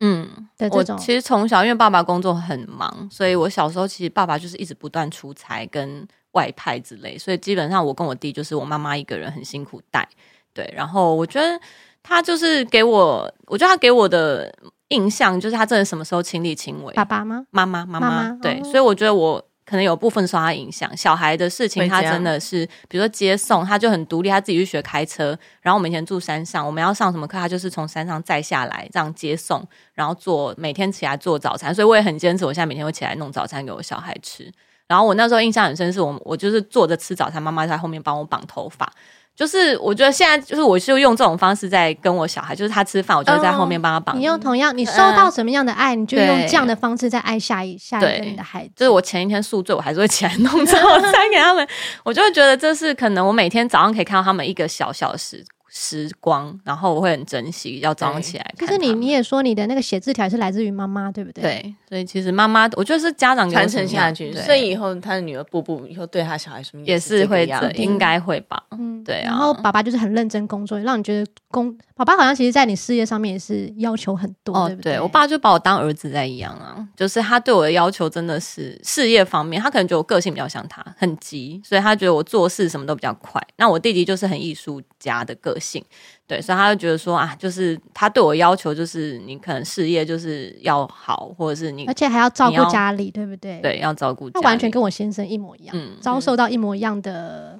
Speaker 4: 嗯，
Speaker 2: 的这
Speaker 4: 我
Speaker 2: 种。
Speaker 4: 其实从小因为爸爸工作很忙，所以我小时候其实爸爸就是一直不断出差跟外派之类，所以基本上我跟我弟就是我妈妈一个人很辛苦带，对，然后我觉得他就是给我，我觉得他给我的印象就是他真的什么时候亲力亲为，
Speaker 2: 爸爸吗？
Speaker 4: 妈妈，妈
Speaker 2: 妈
Speaker 4: 妈
Speaker 2: 妈，
Speaker 4: 对，
Speaker 2: 哦
Speaker 4: 所以我觉得我可能有部分受他影响。小孩的事情，
Speaker 1: 会这
Speaker 4: 他
Speaker 1: 样
Speaker 4: 真的是，比如说接送，他就很独立，他自己去学开车。然后我们以前住山上，我们要上什么课，他就是从山上载下来，这样接送，然后做每天起来做早餐。所以我也很坚持，我现在每天会起来弄早餐给我小孩吃。然后我那时候印象很深，是我我就是坐着吃早餐，妈妈在后面帮我绑头发。就是我觉得现在就是我是用这种方式在跟我小孩，就是他吃饭，我就会在后
Speaker 2: 哦
Speaker 4: 面帮他绑
Speaker 2: 你用同样，你收到什么样的爱，你就用
Speaker 4: 嗯对
Speaker 2: 这样的方式再爱下一下一个
Speaker 4: 对
Speaker 2: 你的孩子。
Speaker 4: 就是我前一天宿醉，我还是会起来弄早 餐给他们。我就会觉得这是可能我每天早上可以看到他们一个小小的时时光，然后我会很珍惜，要早上起来
Speaker 2: 就
Speaker 4: 看
Speaker 2: 是你
Speaker 4: 他们
Speaker 2: 你也说你的那个写字条也是来自于妈妈，对不对？。
Speaker 4: 对，所以其实妈妈，我觉得是家长给我
Speaker 1: 传
Speaker 4: 什么
Speaker 1: 承
Speaker 4: 样
Speaker 1: 下去，
Speaker 4: 对
Speaker 1: 所以以后他的女儿布布以后对他小孩什么
Speaker 4: 也
Speaker 1: 是
Speaker 4: 是会
Speaker 1: 这个
Speaker 4: 这
Speaker 1: 样子
Speaker 4: 应该会吧。
Speaker 2: 嗯
Speaker 4: 对啊
Speaker 2: 然后爸爸就是很认真工作，让你觉得工爸爸好像其实在你事业上面也是要求很多，
Speaker 4: 哦
Speaker 2: 对，不
Speaker 4: 我爸就把我当儿子在养啊，就是他对我的要求真的是事业方面，他可能觉得我个性比较像他，很急，所以他觉得我做事什么都比较快。那我弟弟就是很艺术家的个性，对，所以他就觉得说啊，就是他对我要求就是你可能事业就是要好，或者是你
Speaker 2: 而且还要照
Speaker 4: 你
Speaker 2: 顾
Speaker 4: 要
Speaker 2: 家里，对不对？，
Speaker 4: 对要照顾家
Speaker 2: 他
Speaker 4: 里，
Speaker 2: 完全跟我先生一模一样，
Speaker 4: 嗯
Speaker 2: 遭受到一模一样的，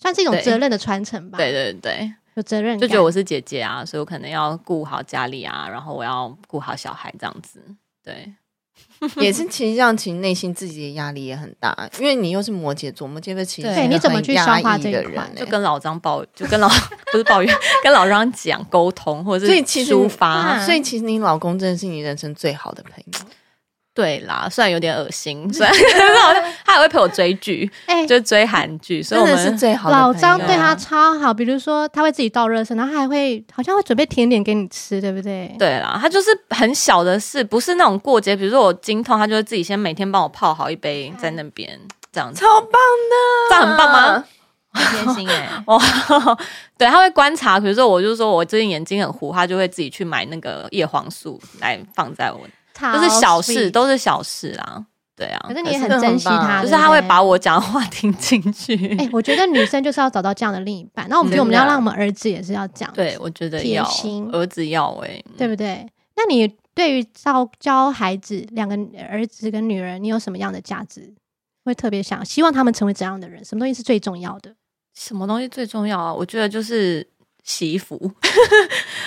Speaker 2: 算是一种
Speaker 4: 对
Speaker 2: 责任的传承吧。
Speaker 4: 对对对，
Speaker 2: 有责任感，
Speaker 4: 就觉得我是姐姐啊，所以我可能要顾好家里啊，然后我要顾好小孩这样子，对。
Speaker 1: 也是其实这样，其实内心自己的压力也很大，因为你又是摩羯座，摩羯座其实
Speaker 4: 对
Speaker 1: 是一个
Speaker 2: 你怎么
Speaker 1: 很
Speaker 2: 去
Speaker 1: 压
Speaker 2: 消化
Speaker 1: 抑
Speaker 2: 这一
Speaker 1: 的
Speaker 2: 块
Speaker 1: 人欸
Speaker 4: 就跟老张抱，就跟老 不是抱怨，跟老张讲沟通，或者
Speaker 1: 所以
Speaker 4: 是
Speaker 1: 其实嗯
Speaker 4: 抒发。
Speaker 2: 啊
Speaker 1: 所以其实你老公真的是你人生最好的朋 友，
Speaker 4: 对啦，虽然有点恶 心，虽然老张他还会陪我追剧，
Speaker 2: 哎、
Speaker 4: 就追韩剧，所以我
Speaker 1: 真的是
Speaker 4: 们
Speaker 1: 最好的
Speaker 2: 老
Speaker 1: 朋
Speaker 2: 张
Speaker 1: 友
Speaker 2: 对他
Speaker 4: 啊
Speaker 2: 超好，比如说他会自己倒热水，然后他还会好像会准备甜点给你吃，对不对？
Speaker 4: 对啦，他就是很小的事，不是那种过节，比如说我经痛，他就会自己先每天帮我泡好一杯在那边这样子，
Speaker 1: 超棒的，
Speaker 4: 这样很棒吗？，
Speaker 3: 很贴心哎
Speaker 4: 哦， 对，他会观察，比如说我就说我最近眼睛很糊，他就会自己去买那个叶黄素来放在我，
Speaker 2: 超
Speaker 4: 就是小事，
Speaker 2: sweet
Speaker 4: 都是小事啦。对啊，
Speaker 2: 可是你也
Speaker 1: 可
Speaker 2: 很
Speaker 1: 是很
Speaker 2: 珍惜
Speaker 1: 棒
Speaker 2: 他，
Speaker 4: 就是
Speaker 2: 对不
Speaker 4: 他会
Speaker 2: 对
Speaker 4: 把。我讲的话听进去。
Speaker 2: 啊 哎、我觉得女生就是要找到这样的另一半，那我们觉得我们
Speaker 4: 真的
Speaker 2: 要让我们儿子也是要这样，
Speaker 4: 对，我觉得
Speaker 2: 贴
Speaker 4: 要啊
Speaker 2: 心
Speaker 4: 儿子要哎、
Speaker 2: 对不对？那你对于教教孩子两个儿子跟女儿，你有什么样的价值？会特别想希望他们成为怎样的人？什么东西是最重要的？
Speaker 4: 什么东西最重要啊？我觉得就是洗衣服，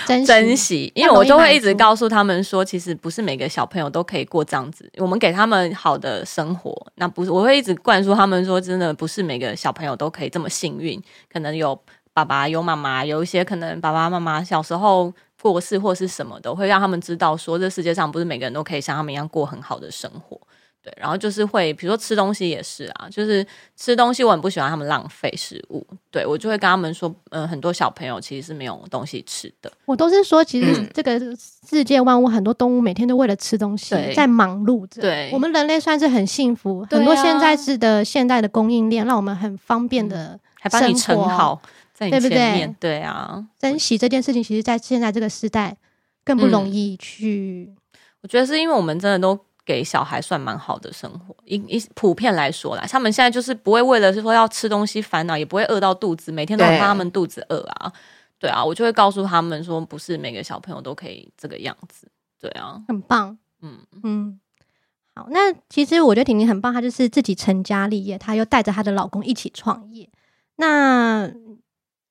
Speaker 2: 珍惜
Speaker 4: 珍惜，因为
Speaker 2: 容易
Speaker 4: 我就
Speaker 2: 满
Speaker 4: 会一直
Speaker 2: 足
Speaker 4: 告诉他们说，其实不是每个小朋友都可以过这样子。我们给他们好的生活，那不是我会一直灌输他们说，真的不是每个小朋友都可以这么幸运，可能有爸爸有妈妈，有一些可能爸爸妈妈小时候过世或是什么的，会让他们知道说，这世界上不是每个人都可以像他们一样过很好的生活。对，然后就是会，比如说吃东西也是啊，就是吃东西我很不喜欢他们浪费食物，对我就会跟他们说，嗯、很多小朋友其实是没有东西吃的，
Speaker 2: 我都是说，其实
Speaker 4: 嗯
Speaker 2: 这个世界万物很多动物每天都为了吃东西
Speaker 4: 对
Speaker 2: 在忙碌着。
Speaker 4: 对
Speaker 2: 我们人类算是很幸福，
Speaker 4: 对啊
Speaker 2: 很多现在式的现代的供应链让我们很方便的
Speaker 4: 还帮你盛
Speaker 2: 生活
Speaker 4: 好在你
Speaker 2: 对不
Speaker 4: 前
Speaker 2: 对
Speaker 4: 面，对啊，
Speaker 2: 珍惜这件事情。其实，在现在这个时代，更不容易去。
Speaker 4: 我觉得是因为我们真的都给小孩算蛮好的生活，一一普遍来说啦，他们现在就是不会为了是说要吃东西烦恼，也不会饿到肚子，每天都很
Speaker 1: 对
Speaker 4: 怕他们肚子饿啊，对啊，我就会告诉他们说，不是每个小朋友都可以这个样子，对啊，
Speaker 2: 很棒，
Speaker 4: 嗯，
Speaker 2: 嗯，好，那其实我觉得婷婷很棒，她就是自己成家立业，她又带着她的老公一起创业。那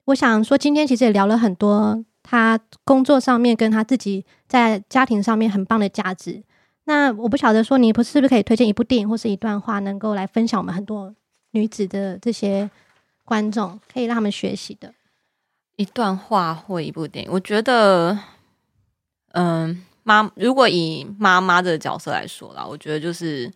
Speaker 2: 我想说，今天其实也聊了很多她工作上面跟她自己在家庭上面很棒的价值。那我不晓得说，你不是不是可以推荐一部电影或是一段话，能够来分享我们很多女子的这些观众，可以让他们学习的。
Speaker 4: 一段话或一部电影，我觉得，嗯、妈，如果以妈妈的角色来说啦，我觉得就是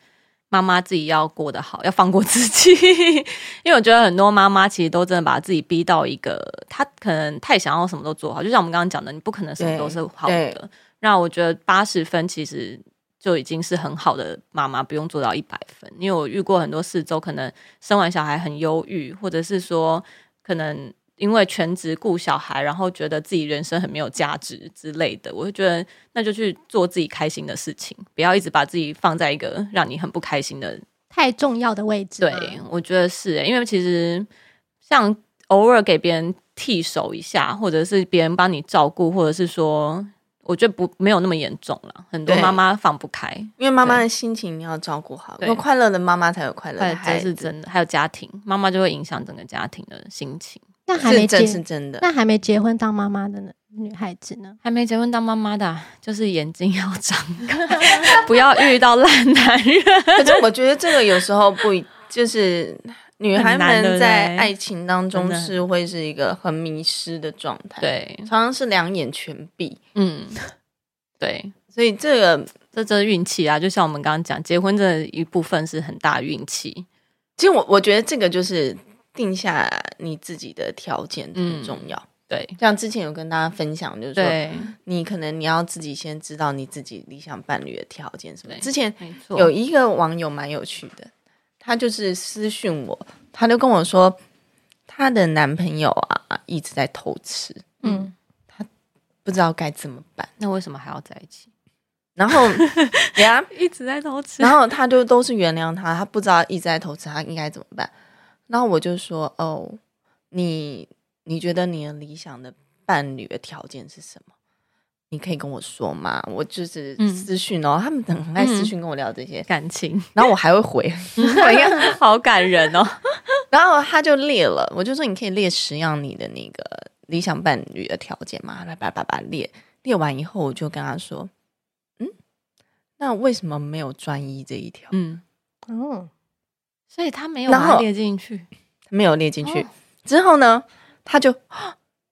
Speaker 4: 妈妈自己要过得好，要放过自己， 因为我觉得很多妈妈其实都真的把自己逼到一个，她可能太想要什么都做好，就像我们刚刚讲的，你不可能什么都是好
Speaker 1: 对
Speaker 4: 的。那我觉得八十分其实就已经是很好的妈妈，不用做到一百分，因为我遇过很多四周可能生完小孩很忧郁，或者是说可能因为全职顾小孩，然后觉得自己人生很没有价值之类的，我就觉得那就去做自己开心的事情，不要一直把自己放在一个让你很不开心的。
Speaker 2: 太重要的位置吗，
Speaker 4: 对，我觉得是、欸，因为其实像偶尔给别人替手一下，或者是别人帮你照顾，或者是说。我觉得不没有那么严重了，很多
Speaker 1: 对
Speaker 4: 妈妈放不开，
Speaker 1: 因为妈妈的心情你要照顾好，
Speaker 4: 对
Speaker 1: 有快乐的妈妈才有快乐
Speaker 4: 哎
Speaker 1: 的，
Speaker 4: 这
Speaker 1: 孩
Speaker 4: 是
Speaker 1: 子，
Speaker 4: 真的。还有家庭，妈妈就会影响整个家庭的心情。
Speaker 2: 那还没
Speaker 1: 是真是
Speaker 2: 结，
Speaker 1: 真的。
Speaker 2: 那还没结婚当妈妈的呢，女孩子呢？
Speaker 4: 还没结婚当妈妈的啊、就是眼睛要张开， 不要遇到烂男 人。
Speaker 1: 可是我觉得这个有时候不一就是女孩
Speaker 4: 很难对不
Speaker 1: 们
Speaker 4: 对
Speaker 1: 在爱情当中
Speaker 4: 真的
Speaker 1: 是会是一个很迷失的状态，，
Speaker 4: 对，
Speaker 1: 常常是两眼全闭，
Speaker 4: 嗯，对，
Speaker 1: 所以这个
Speaker 4: 这真是运气啊！就像我们刚刚讲，结婚这一部分是很大的运气。
Speaker 1: 其实我我觉得这个就是定下你自己的条件很重要。
Speaker 4: 对，
Speaker 1: 像之前有跟大家分享，就是说
Speaker 4: 嗯对，
Speaker 1: 你可能你要自己先知道你自己理想伴侣的条件什么。
Speaker 4: 对
Speaker 1: 之前
Speaker 4: 没错，
Speaker 1: 有一个网友蛮有趣的，他就是私讯我，他就跟我说，她的男朋友啊一直在偷吃，
Speaker 2: 嗯，
Speaker 1: 不知道该怎么办。
Speaker 4: 那为什么还要在一起？
Speaker 1: 然 后，呀，
Speaker 4: 一直在偷吃
Speaker 1: 然后他就都是原谅他，他不知道一直在投资，他应该怎么办。然后我就说：“哦，你你觉得你的理想的伴侣的条件是什么？你可以跟我说吗？我就是
Speaker 4: 嗯
Speaker 1: 私讯哦，他们很很爱私讯跟我聊这些，
Speaker 4: 感情，
Speaker 1: 然后我还会回。
Speaker 4: 哎呀，好感人哦。
Speaker 1: 然后他就列了，我就说你可以列十样你的那个理想伴侣的条件嘛，来叭叭叭列。列完以后，我就跟他说：嗯，那为什么没有专一这一条？
Speaker 4: 嗯，
Speaker 2: 哦，
Speaker 4: 所以他没有
Speaker 1: 然
Speaker 4: 把它
Speaker 1: 后
Speaker 4: 列进去，
Speaker 1: 没有列进去。
Speaker 4: 哦
Speaker 1: 之后呢，他就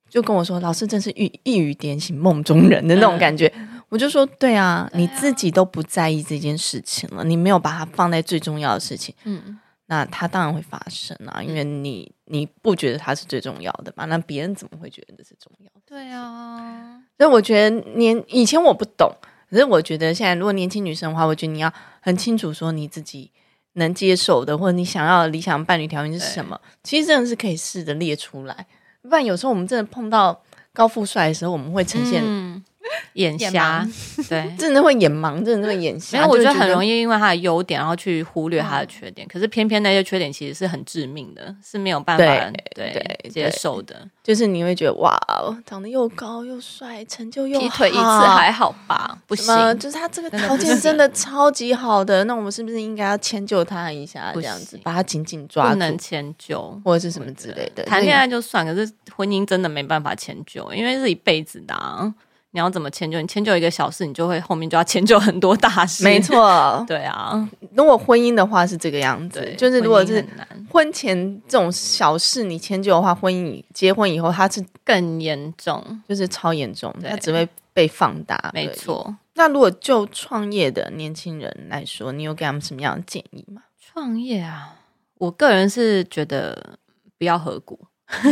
Speaker 1: 就跟我说：“老师真是一一语点醒梦中人的那种感觉。我就说：“对啊，
Speaker 4: 对啊
Speaker 1: 你自己都不在意这件事情了，你没有把它放在最重要的事情，
Speaker 4: 嗯，
Speaker 1: 那它当然会发生啊，因为你你不觉得它是最重要的嘛，那别人怎么会觉得这是重要的？
Speaker 4: 对啊，
Speaker 1: 所以我觉得年以前我不懂，可是我觉得现在如果年轻女生的话，我觉得你要很清楚说你自己能接受的，或者你想要的理想伴侣条件是什么。其实真的是可以试着列出来，不然有时候我们真的碰到高富帅的时候，我们会呈现、
Speaker 4: 嗯眼
Speaker 2: 眼
Speaker 4: 瞎，对，
Speaker 1: 真的会眼盲，真的会眼瞎。
Speaker 4: 没有，我
Speaker 1: 就
Speaker 4: 觉
Speaker 1: 会觉嗯
Speaker 4: 得很容
Speaker 1: 易。
Speaker 4: 易因为他的优点，然后去忽略他的缺点。可是偏偏那些缺点其实是很致命的，是没有办法
Speaker 1: 对
Speaker 4: 对
Speaker 1: 对
Speaker 4: 接受的。
Speaker 1: 就是你会觉得哇，哦长得又高又帅，成就又
Speaker 4: 劈腿一次
Speaker 1: 好
Speaker 4: 还好吧，不
Speaker 1: 什
Speaker 4: 行，
Speaker 1: 么？就是他这个
Speaker 4: 真的
Speaker 1: 条
Speaker 4: 不
Speaker 1: 件
Speaker 4: 行
Speaker 1: 真的超级好的，那我们是不是应该要迁就他一下，
Speaker 4: 不
Speaker 1: 这样子
Speaker 4: 行
Speaker 1: 把他紧紧抓
Speaker 4: 不
Speaker 1: 住，
Speaker 4: 能迁就。
Speaker 1: 或者是什么之类的？
Speaker 4: 谈
Speaker 1: 所以
Speaker 4: 恋爱就算，可是婚姻真的没办法迁就，因为是一辈子的、啊。你要怎么迁就？你迁就一个小事，你就会后面就要迁就很多大事。
Speaker 1: 没，错，
Speaker 4: 对啊，
Speaker 1: 如果婚姻的话是这个样子
Speaker 4: 对，，
Speaker 1: 就是如果
Speaker 4: 婚姻
Speaker 1: 是
Speaker 4: 很难，
Speaker 1: 婚前这种小事你迁就的话，婚姻结婚以后它是
Speaker 4: 更严重，
Speaker 1: 就是超严重，
Speaker 4: 对
Speaker 1: 它只会被放大。
Speaker 4: 没。错。
Speaker 1: 那如果就创业的年轻人来说，你有给他们什么样的建议吗？
Speaker 4: 创业啊，我个人是觉得不要合股，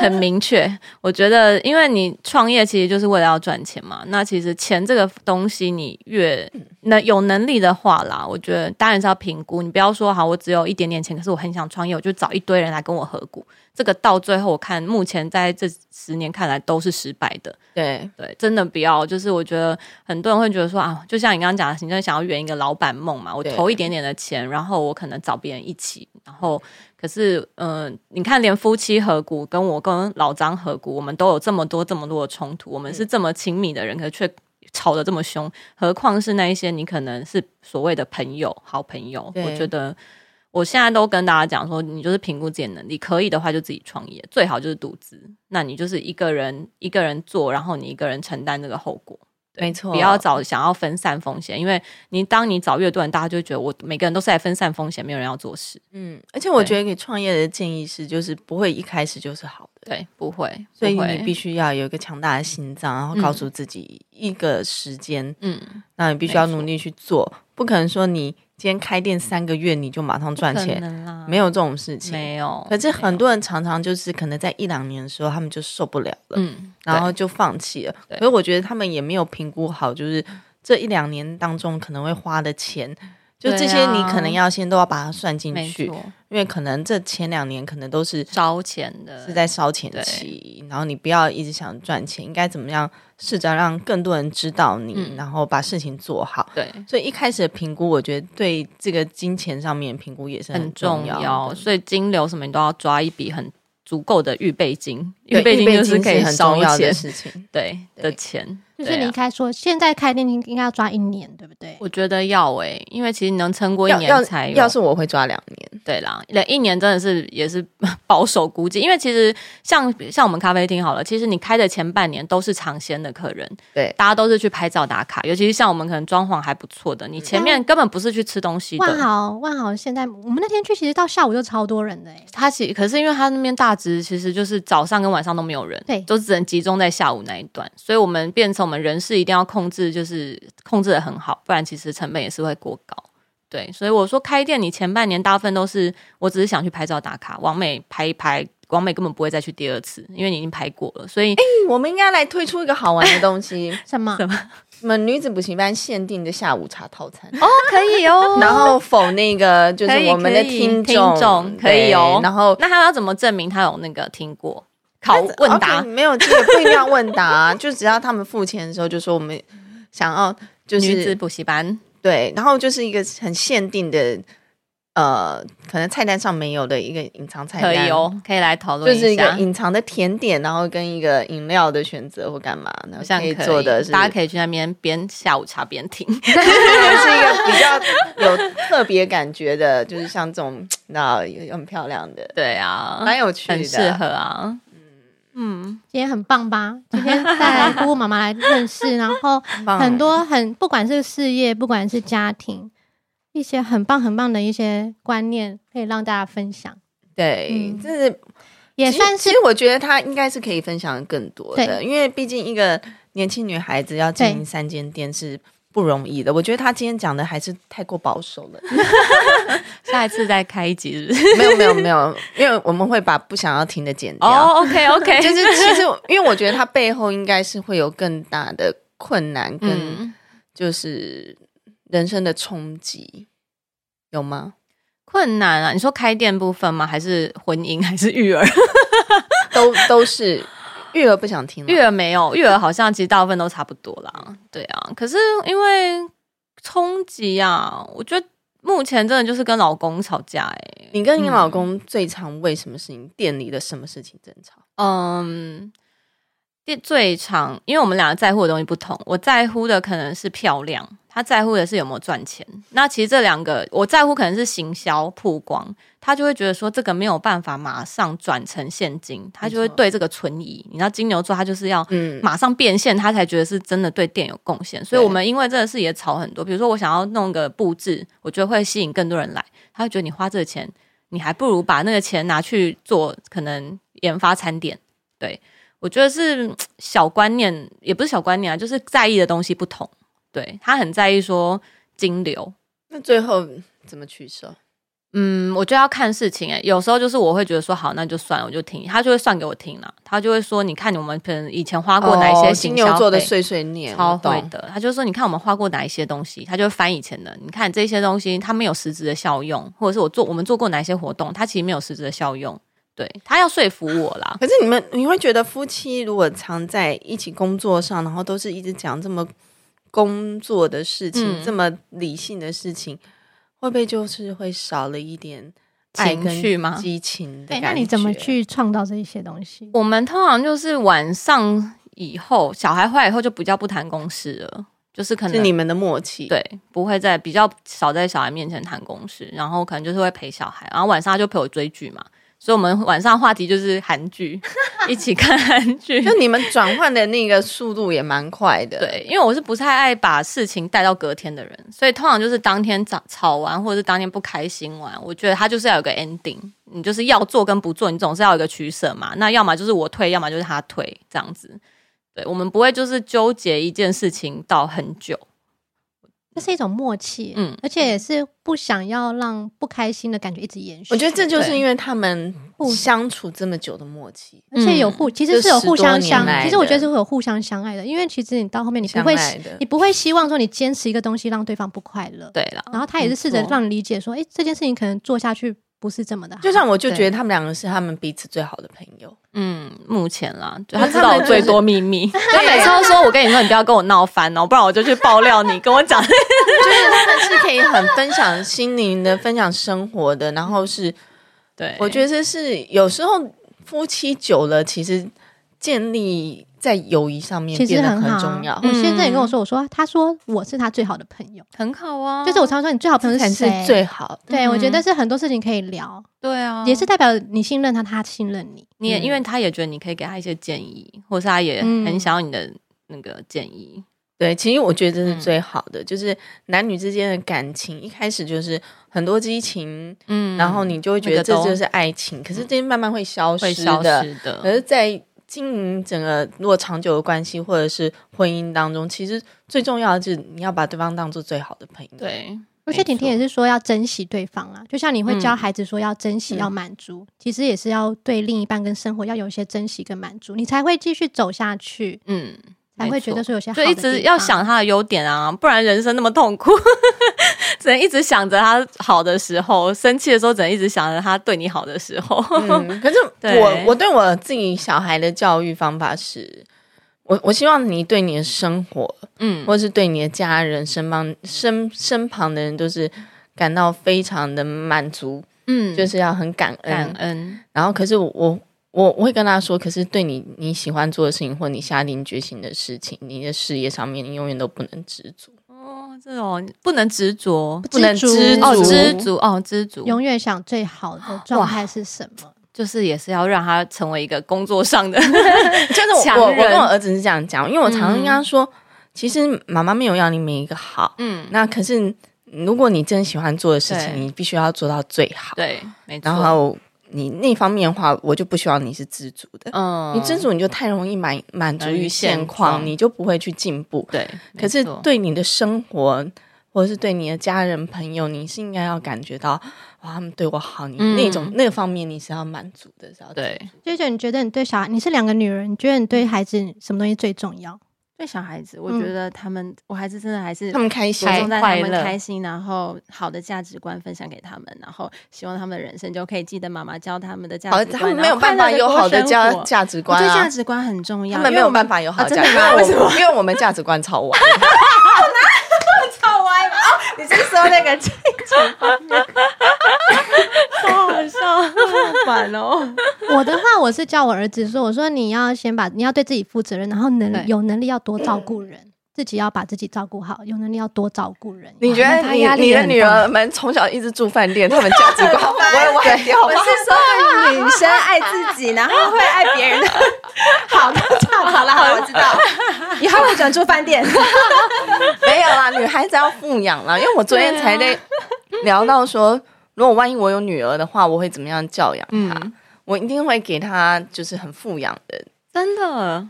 Speaker 4: 很明确。我觉得，因为你创业其实就是为了要赚钱嘛。那其实钱这个东西，你越能有能力的话啦，我觉得当然是要评估。你不要说好，我只有一点点钱，可是我很想创业，我就找一堆人来跟我合股。这个到最后，我看目前在这十年看来都是失败的。
Speaker 1: 对，
Speaker 4: 对，真的不要。就是我觉得很多人会觉得说啊，就像你刚刚讲的，你真的想要圆一个老板梦嘛？我
Speaker 1: 对
Speaker 4: 投一点点的钱，然后我可能找别人一起，然后可是嗯、呃你看连夫妻合股，跟我跟老张合股，我们都有这么多这么多的冲突，我们是这么亲密的人，可是却。吵得这么凶，何况是那一些你可能是所谓的朋友、好朋友。
Speaker 1: 对
Speaker 4: 我觉得我现在都跟大家讲说，你就是评估自己的能力，可以的话就自己创业，最好就是独资。那你就是一个人一个人做，然后你一个人承担这个后果。对
Speaker 1: 没错
Speaker 4: 不要找想要分散风险，因为你当你找越多人，大家就会觉得我每个人都是来分散风险，没有人要做事。
Speaker 1: 嗯，而且我
Speaker 4: 对
Speaker 1: 觉得给创业的建议是，就是不会一开始就是好的，
Speaker 4: 对，不会，
Speaker 1: 所以
Speaker 4: 不
Speaker 1: 你
Speaker 4: 会
Speaker 1: 必须要有一个强大的心脏，然后告诉自己一个时间，
Speaker 4: 嗯，
Speaker 1: 那你必须要努力去做，不可能说你今天开店三个月你就马上赚
Speaker 4: 不可
Speaker 1: 钱，
Speaker 4: 能啦，
Speaker 1: 没有这种事情。
Speaker 4: 没有。
Speaker 1: 可是很
Speaker 4: 没
Speaker 1: 多人常常就是可能在一两年的时候，他们就受不了了，
Speaker 4: 有嗯，
Speaker 1: 然后
Speaker 4: 对
Speaker 1: 就放弃了。
Speaker 4: 对
Speaker 1: 所以我觉得他们也没有评估好，就是这一两年当中可能会花的钱，就
Speaker 4: 对
Speaker 1: 这些你
Speaker 4: 啊
Speaker 1: 可能要先都要把它算进
Speaker 4: 没
Speaker 1: 去，
Speaker 4: 错，
Speaker 1: 因为可能这前两年可能都是
Speaker 4: 烧钱的
Speaker 1: 是在烧钱
Speaker 4: 对
Speaker 1: 期，然后你不要一直想赚钱，应该怎么样试着让更多人知道你，
Speaker 4: 嗯
Speaker 1: 然后把事情做好。
Speaker 4: 对。
Speaker 1: 所以一开始的评估，我觉得对这个金钱上面的评估也是
Speaker 4: 很
Speaker 1: 重
Speaker 4: 重
Speaker 1: 要的。
Speaker 4: 要，所以金流什么你都要抓一笔很足够的预备金，
Speaker 1: 对
Speaker 4: 备
Speaker 1: 预
Speaker 4: 金就
Speaker 1: 金
Speaker 4: 可以
Speaker 1: 很
Speaker 4: 烧
Speaker 1: 重要
Speaker 4: 钱
Speaker 1: 的，事 情。
Speaker 4: 对
Speaker 1: 对
Speaker 4: 的钱，
Speaker 2: 就是
Speaker 4: 对
Speaker 2: 你
Speaker 4: 啊
Speaker 2: 一开始说，现在开店应该要抓一年，对不对？
Speaker 4: 我觉得要诶、因为其实能撑过一
Speaker 1: 要要
Speaker 4: 年才有
Speaker 1: 要是我会抓两年，
Speaker 4: 对啦，那一年真的是也是 保守估计，因为其实像像我们咖啡厅好了，其实你开的前半年都是尝鲜的客人，
Speaker 1: 对
Speaker 4: 大家都是去拍照打卡，尤其是像我们可能装潢还不错的，你前面根本不是去吃东西
Speaker 2: 万
Speaker 4: 的。
Speaker 2: 豪，万豪现在我们那天去，其实到下午就超多人的哎、
Speaker 4: 他其可是因为他那边大直其实就是早上跟晚上都没有人，
Speaker 2: 对
Speaker 4: 都只能集中在下午那一段，所以我们变成我们人事一定要控制，就是控制的很好，不然其实成本也是会过高。对，所以我说开店，你前半年大部分都是我只是想去拍照打卡，完美拍一拍，完美根本不会再去第二次，因为你已经拍过了，所以
Speaker 1: 我们应该来推出一个好玩的东西，
Speaker 2: 什么？
Speaker 1: 什么女子补习班限定的下午茶套餐。
Speaker 4: 哦可以哦
Speaker 1: 然后否那个就是
Speaker 4: 可以
Speaker 1: 我们的
Speaker 4: 可以
Speaker 1: 听
Speaker 4: 听众可以
Speaker 1: 对
Speaker 4: 哦
Speaker 1: 然后
Speaker 4: 那他要怎么证明他有那个听过？考 问答
Speaker 1: OK，没有，这个不一定要问答、 就只要他们付钱的时候，就说我们想要就
Speaker 4: 女子
Speaker 1: 是
Speaker 4: 补习班，
Speaker 1: 对，然后就是一个很限定的，呃，可能菜单上没有的一个隐藏菜
Speaker 4: 可
Speaker 1: 单，
Speaker 4: 以哦，可以来讨
Speaker 1: 就
Speaker 4: 论
Speaker 1: 是一
Speaker 4: 一
Speaker 1: 个
Speaker 4: 下。
Speaker 1: 隐藏的甜点，然后跟一个饮料的选择或干嘛，然
Speaker 4: 好
Speaker 1: 后
Speaker 4: 像
Speaker 1: 可以
Speaker 4: 可以
Speaker 1: 做的是，
Speaker 4: 大家可以去那边边下午茶边听。
Speaker 1: 是一个比较有特别感觉的，就是像这种那很漂亮的，
Speaker 4: 对啊，
Speaker 1: 蛮有趣的，
Speaker 4: 很适合啊。嗯
Speaker 2: 今天很棒吧？今天带姑姑妈妈来认识，然后
Speaker 1: 棒欸
Speaker 2: 很多很不管是事业，不管是家庭，一些很棒很棒的一些观念可以让大家分享，
Speaker 1: 对，
Speaker 2: 嗯
Speaker 1: 这是
Speaker 2: 也
Speaker 1: 其实
Speaker 2: 算是
Speaker 1: 其实我觉得她应该是可以分享得更多的，
Speaker 2: 对
Speaker 1: 因为毕竟一个年轻女孩子要经营
Speaker 2: 对
Speaker 1: 三间店是不容易的。我觉得她今天讲的还是太过保守了。
Speaker 4: 下一次再开一集是不是？
Speaker 1: 没有没有没有，因为我们会把不想要听的剪掉。
Speaker 4: 哦，OK OK，
Speaker 1: 就是其实，因为我觉得她背后应该是会有更大的困难跟
Speaker 4: 嗯，
Speaker 1: 就是人生的冲击，有吗？
Speaker 4: 困难啊。你说开店部分吗？还是婚姻？ 还是育儿？
Speaker 1: 都都是育儿不想听了
Speaker 4: 育儿没有，育儿好像其实大部分都差不多啦。对啊，可是因为冲击啊，我觉得目前真的就是跟老公吵架、欸，
Speaker 1: 你跟
Speaker 2: 嗯
Speaker 1: 你老公最常为什么事情、店里的什么事情争吵？
Speaker 4: 嗯，第最常，因为我们两个在乎的东西不同，我在乎的可能是漂亮，他在乎的是有没有赚钱。那其实这两个，我在乎可能是行销曝光，他就会觉得说这个没有办法马上转成现金，他就会
Speaker 1: 没错
Speaker 4: 对这个存疑。你知道金牛座他就是要
Speaker 1: 嗯，
Speaker 4: 马上变现，他才觉得是真的对店有贡献。所以
Speaker 1: 对
Speaker 4: 我们因为这个事也吵很多，比如说我想要弄个布置，我觉得会吸引更多人来，他会觉得你花这个钱，你还不如把那个钱拿去做可能研发餐点。对我觉得是嗯小观念，也不是小观念啊，就是在意的东西不同。对他很在意说金流，
Speaker 1: 那最后怎么取舍？
Speaker 4: 嗯，我觉得要看事情诶、欸有时候就是我会觉得说好，那就算了，我就听，他就会算给我听啦，他就会说，你看我们可能以前花过哪一些
Speaker 1: 哦
Speaker 4: 行
Speaker 1: 金
Speaker 4: 销费、
Speaker 1: 牛座的碎碎念，
Speaker 4: 超
Speaker 1: 我懂
Speaker 4: 会的。他就说：“你看我们画过哪一些东西？”他就会翻以前的。你看这些东西，它没有实质的效用，或者是我做我们做过哪一些活动，它其实没有实质的效用。对他要说服我啦
Speaker 1: 。可是你们，你会觉得夫妻如果常在一起工作上，然后都是一直讲这么工作的事情，
Speaker 4: 嗯
Speaker 1: 这么理性的事情，会不会就是会少了一点爱
Speaker 4: 情
Speaker 1: 跟
Speaker 4: 绪吗哎
Speaker 1: 激情的
Speaker 2: 对。
Speaker 1: 感觉？
Speaker 2: 那你怎么去创造这一些东西？
Speaker 4: 我们通常就是晚上以后小孩坏以后就比较不谈公事了，就是可
Speaker 1: 是
Speaker 4: 能
Speaker 1: 你们的默契。，
Speaker 4: 对不会在比较少在小孩面前谈公事，然后可能就是会陪小孩，然后晚上他就陪我追剧嘛，所以我们晚上话题就是韩 剧，一起看韩剧。
Speaker 1: 就你们转换的那个速度也蛮快的。，
Speaker 4: 对，因为我是不太爱把事情带到隔天的人，所以通常就是当天吵吵完，或者是当天不开心完，我觉得他就是要有个 ending，你就是要做跟不做，你总是要有一个取舍嘛。那要么就是我退，要么就是他退，这样子。对，我们不会就是纠结一件事情到很久。
Speaker 2: 这是一种默契，
Speaker 4: 嗯
Speaker 2: 而且也是不想要让不开心的感觉一直延续。
Speaker 1: 我觉得这就是
Speaker 4: 对
Speaker 1: 因为他们
Speaker 2: 互
Speaker 1: 相处这么久的默契，
Speaker 2: 而且有互，其实是有互
Speaker 1: 嗯
Speaker 2: 相相
Speaker 1: 就十多年来，的
Speaker 2: 其实我觉得是会有互相相爱的，因为其实你到后面你不
Speaker 1: 相
Speaker 2: 会，
Speaker 1: 爱的
Speaker 2: 你。不会希望说你坚持一个东西让对方不快乐，
Speaker 4: 对了，
Speaker 2: 然后他也是试着
Speaker 1: 没错
Speaker 2: 让你理解说，哎，这件事情可能做下去不是这么的好，
Speaker 1: 就像我就
Speaker 4: 对
Speaker 1: 觉得他们两个是他们彼此最好的朋友，
Speaker 4: 嗯，目前啦，就
Speaker 1: 可
Speaker 4: 他
Speaker 1: 是
Speaker 4: 知
Speaker 1: 他
Speaker 4: 道
Speaker 1: 们就
Speaker 4: 我
Speaker 1: 是
Speaker 4: 最多秘密。他每次都说：“我跟你说，你不要跟我闹翻哦，不然我就去爆料你，跟我讲。
Speaker 1: 就是他们是可以很分享心灵的、分享生活的，然后是”
Speaker 4: 对，
Speaker 1: 我觉得这是有时候夫妻久了，其实建立在友谊上面
Speaker 2: 其实
Speaker 1: 变得
Speaker 2: 很好啊
Speaker 1: 很重要。
Speaker 2: 我先生也跟我
Speaker 4: 嗯
Speaker 2: 说，我说他说我是他最好的朋友，
Speaker 4: 很好啊，
Speaker 2: 就是我常说你最好朋友
Speaker 1: 才
Speaker 2: 是
Speaker 1: 哦是
Speaker 2: 谁？
Speaker 1: 最哦好的。
Speaker 2: 对，我觉
Speaker 4: 嗯
Speaker 2: 得是很多事情可以聊，
Speaker 4: 对啊，
Speaker 2: 也是代表你信任他，他信任你。
Speaker 4: 你也、
Speaker 1: 嗯
Speaker 4: 因为他也觉得你可以给他一些建议，或是他也
Speaker 2: 嗯
Speaker 4: 很想要你的那个建议。
Speaker 1: 对，其实我觉得这
Speaker 4: 嗯
Speaker 1: 是最好的，就是男女之间的感情一开始就是很多激情，
Speaker 4: 嗯
Speaker 1: 然后你就会觉得
Speaker 4: 那个
Speaker 1: 这
Speaker 4: 都
Speaker 1: 就是爱情，可是这些慢慢会消
Speaker 4: 会
Speaker 1: 失
Speaker 4: 消
Speaker 1: 的。
Speaker 4: 失
Speaker 1: 可
Speaker 4: 的。
Speaker 1: 是，在经营整个如果长久的关系或者是婚姻当中，其实最重要的就是你要把对方当做最好的朋友。，
Speaker 4: 对，
Speaker 2: 而且
Speaker 4: 没
Speaker 2: 婷婷
Speaker 4: 错
Speaker 2: 也是说要珍惜对方啊，就像你会教
Speaker 4: 嗯
Speaker 2: 孩子说要珍惜、
Speaker 1: 嗯
Speaker 2: 要满足，其实也是要对另一半跟生活要有一些珍惜跟满足，你才会继续走下去，
Speaker 4: 嗯，
Speaker 2: 才会
Speaker 4: 没错
Speaker 2: 觉得说有些好
Speaker 4: 就
Speaker 2: 的
Speaker 4: 一直
Speaker 2: 地
Speaker 4: 要
Speaker 2: 方
Speaker 4: 想他的优点啊，不然人生那么痛苦， 只能一直想着他好的时候，生气的时候只能一直想着他对你好的时候。
Speaker 1: 嗯，可是
Speaker 4: 对
Speaker 1: 我我对我自己小孩的教育方法是，我我希望你对你的生活，
Speaker 4: 嗯，
Speaker 1: 或是对你的家人、身旁身身旁的人，都是感到非常的满足，
Speaker 4: 嗯
Speaker 1: 就是要很感恩。
Speaker 4: 感恩，
Speaker 1: 然后，可是我我我我会跟他说，可是对你你喜欢做的事情，或你下定决心的事情，你的事业上面，你永远都不能知足，
Speaker 4: 哦，这种不能执着。
Speaker 1: 不能知
Speaker 2: 知足
Speaker 1: 足，
Speaker 4: 哦，知足哦，知足，
Speaker 2: 永远想最好的状态是什么。
Speaker 4: 就是也是要让他成为一个工作上的，
Speaker 1: 就是我
Speaker 4: 强
Speaker 1: 我我
Speaker 4: 人
Speaker 1: 跟我儿子是这样讲，因为我常常跟他说，其实妈妈没有要你每一个好，
Speaker 4: 嗯，
Speaker 1: 那可是如果你真喜欢做的事
Speaker 4: 对
Speaker 1: 情，你必须要做到最好。，
Speaker 4: 对，没错。
Speaker 1: 然，后你那方面的话，我就不希望你是知足的。
Speaker 4: 嗯，
Speaker 1: 你知足，你就太容易满满足于现
Speaker 4: 满于现
Speaker 1: 况，
Speaker 4: 状
Speaker 1: 你就不会去进步。
Speaker 4: 对，
Speaker 1: 可是
Speaker 4: 没错
Speaker 1: 对你的生活，或者是对你的家人朋友，你是应该要感觉到哇，他们对我好，你
Speaker 4: 嗯
Speaker 1: 那种那方面你是要满足的，是要
Speaker 4: 对，
Speaker 2: 就是你觉得你对小孩，你是两个女人，你觉得你对孩子什么东西最重要？
Speaker 3: 对小孩子，我
Speaker 2: 嗯
Speaker 3: 觉得他们，我还是真的还是
Speaker 1: 他们开
Speaker 3: 着
Speaker 1: 心。
Speaker 4: 开
Speaker 3: 重在他
Speaker 4: 快
Speaker 3: 们
Speaker 4: 乐
Speaker 3: 开心，然后好的价值观分享给他们，然后希望他们的人生就可以记得妈妈教他们的价
Speaker 1: 好，
Speaker 3: 值观。
Speaker 1: 他们
Speaker 3: 然后
Speaker 1: 没有办法
Speaker 3: 快乐地
Speaker 1: 有
Speaker 3: 过
Speaker 1: 好的
Speaker 3: 生
Speaker 1: 价
Speaker 3: 活
Speaker 1: 价值
Speaker 3: 我
Speaker 1: 观
Speaker 3: 觉得
Speaker 1: 啊
Speaker 3: 价，值观很重要，
Speaker 1: 他们
Speaker 3: 因
Speaker 1: 没
Speaker 3: 为
Speaker 1: 有
Speaker 3: 我
Speaker 1: 办法有好
Speaker 3: 啊
Speaker 1: 的
Speaker 3: 真
Speaker 1: 价
Speaker 3: 的
Speaker 1: 值观，因
Speaker 3: 吗为什
Speaker 1: 为
Speaker 3: 么
Speaker 1: 我们因为我们价值观超歪。
Speaker 3: 超歪嘛？哦，你是说那个这种方面，好好笑，好烦哦。
Speaker 2: 我的话，我是叫我儿子说，我说你要先把你要对自己负责任，然后
Speaker 4: 对
Speaker 2: 能有能力要多照顾人，自己要把自己照顾好，有能力要多照顾人。
Speaker 1: 你觉得
Speaker 3: 他
Speaker 1: 你
Speaker 3: 压力
Speaker 1: 你的
Speaker 3: 很
Speaker 1: 女
Speaker 3: 大
Speaker 1: 儿们从小一直住饭店，他们价值观歪歪掉
Speaker 3: 我
Speaker 1: 吗？
Speaker 3: 是说女生爱自己，然后会爱别人的。 好，那这样好了，好了，我知道， 以后我转住饭店。
Speaker 1: 没有啦，女孩子要富养啦。因为我昨天才
Speaker 3: 啊
Speaker 1: 在聊到说，如果万一我有女儿的话，我会怎么样教养她？
Speaker 4: 嗯
Speaker 1: 我一定会给她就是很富养的。
Speaker 4: 真的，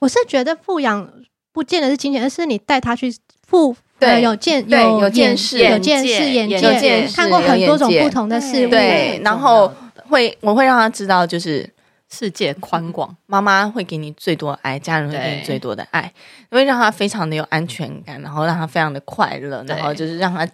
Speaker 2: 我是觉得富养不见得是金钱，而是你带他去富。
Speaker 1: 对
Speaker 2: 呃有见
Speaker 1: 对有见
Speaker 2: 眼
Speaker 1: 识
Speaker 2: 有
Speaker 4: 眼
Speaker 2: 见识，
Speaker 4: 界
Speaker 2: 眼
Speaker 4: 眼
Speaker 1: 有见识
Speaker 2: 看过
Speaker 1: 有
Speaker 2: 很多
Speaker 1: 眼
Speaker 2: 种
Speaker 1: 界
Speaker 2: 不同的事物。
Speaker 1: 对然后会我会让她知道，就是
Speaker 4: 世界宽广，
Speaker 1: 妈妈会给你最多的爱，家人会给
Speaker 4: 对
Speaker 1: 你最多的爱，会让她非常的有安全感，然后让她非常的快乐，
Speaker 4: 对
Speaker 1: 然后就是让她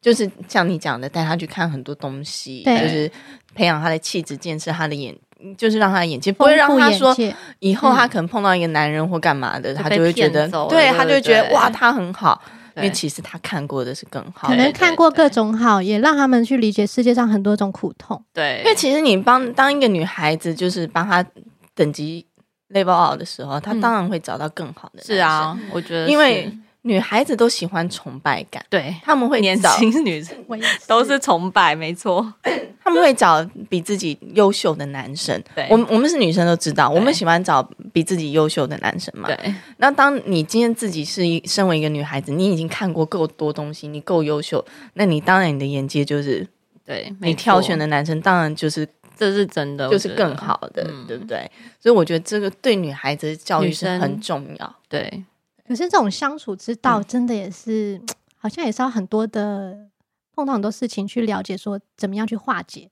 Speaker 1: 就是像你讲的，带她去看很多东西，
Speaker 2: 对
Speaker 1: 就是培养她的气质，建设她的眼。就是让她的眼界不
Speaker 2: 丰
Speaker 1: 会让
Speaker 2: 富
Speaker 1: 她
Speaker 2: 眼
Speaker 1: 说
Speaker 2: 界
Speaker 1: 以后他可能碰到一个男人或干嘛的，
Speaker 4: 就
Speaker 1: 他
Speaker 4: 被
Speaker 1: 就会觉得
Speaker 4: 骗走，了
Speaker 1: 对
Speaker 4: 对
Speaker 1: 他就会觉
Speaker 4: 对
Speaker 1: 得
Speaker 4: 对
Speaker 1: 哇，他很好，因为
Speaker 4: 对
Speaker 1: 其实他看过的是更好
Speaker 2: 可
Speaker 1: 的。
Speaker 2: 能看过
Speaker 4: 对对
Speaker 2: 各种好，也让他们去理解世界上很多种苦痛。
Speaker 4: 对，
Speaker 1: 因为其实你帮当一个女孩子，就是帮她等级 label out 的时候，她
Speaker 4: 嗯
Speaker 1: 当然会找到更好的。
Speaker 4: 是，啊，我觉得
Speaker 1: 因为
Speaker 4: 是
Speaker 1: 女孩子都喜欢崇拜感，
Speaker 4: 对
Speaker 1: 他们会
Speaker 4: 年
Speaker 1: 找，
Speaker 4: 轻女生
Speaker 2: 我也
Speaker 4: 都是崇拜，没错，
Speaker 1: 他们会找比自己优秀的男生。
Speaker 4: 对
Speaker 1: 我们我们是女生都知道，我们
Speaker 4: 对
Speaker 1: 喜欢找比自己优秀的男生嘛。
Speaker 4: 对
Speaker 1: 那当你今天自己是一身为一个女孩子，你已经看过够多东西，你够优秀，那你当然你的眼界就是
Speaker 4: 对，
Speaker 1: 你
Speaker 4: 没
Speaker 1: 挑选
Speaker 4: 的
Speaker 1: 的男生当然就是
Speaker 4: 这是真的，我
Speaker 1: 就是
Speaker 4: 觉得
Speaker 1: 更好的，
Speaker 4: 嗯
Speaker 1: 对不对？所以我觉得这个对女孩子的教育
Speaker 4: 女
Speaker 1: 是
Speaker 4: 生
Speaker 1: 很重要。
Speaker 4: 对，
Speaker 2: 可是这种相处之道，
Speaker 1: 嗯
Speaker 2: 真的也是、好像也是要很多的碰到很多事情去了解，说怎么样去化解。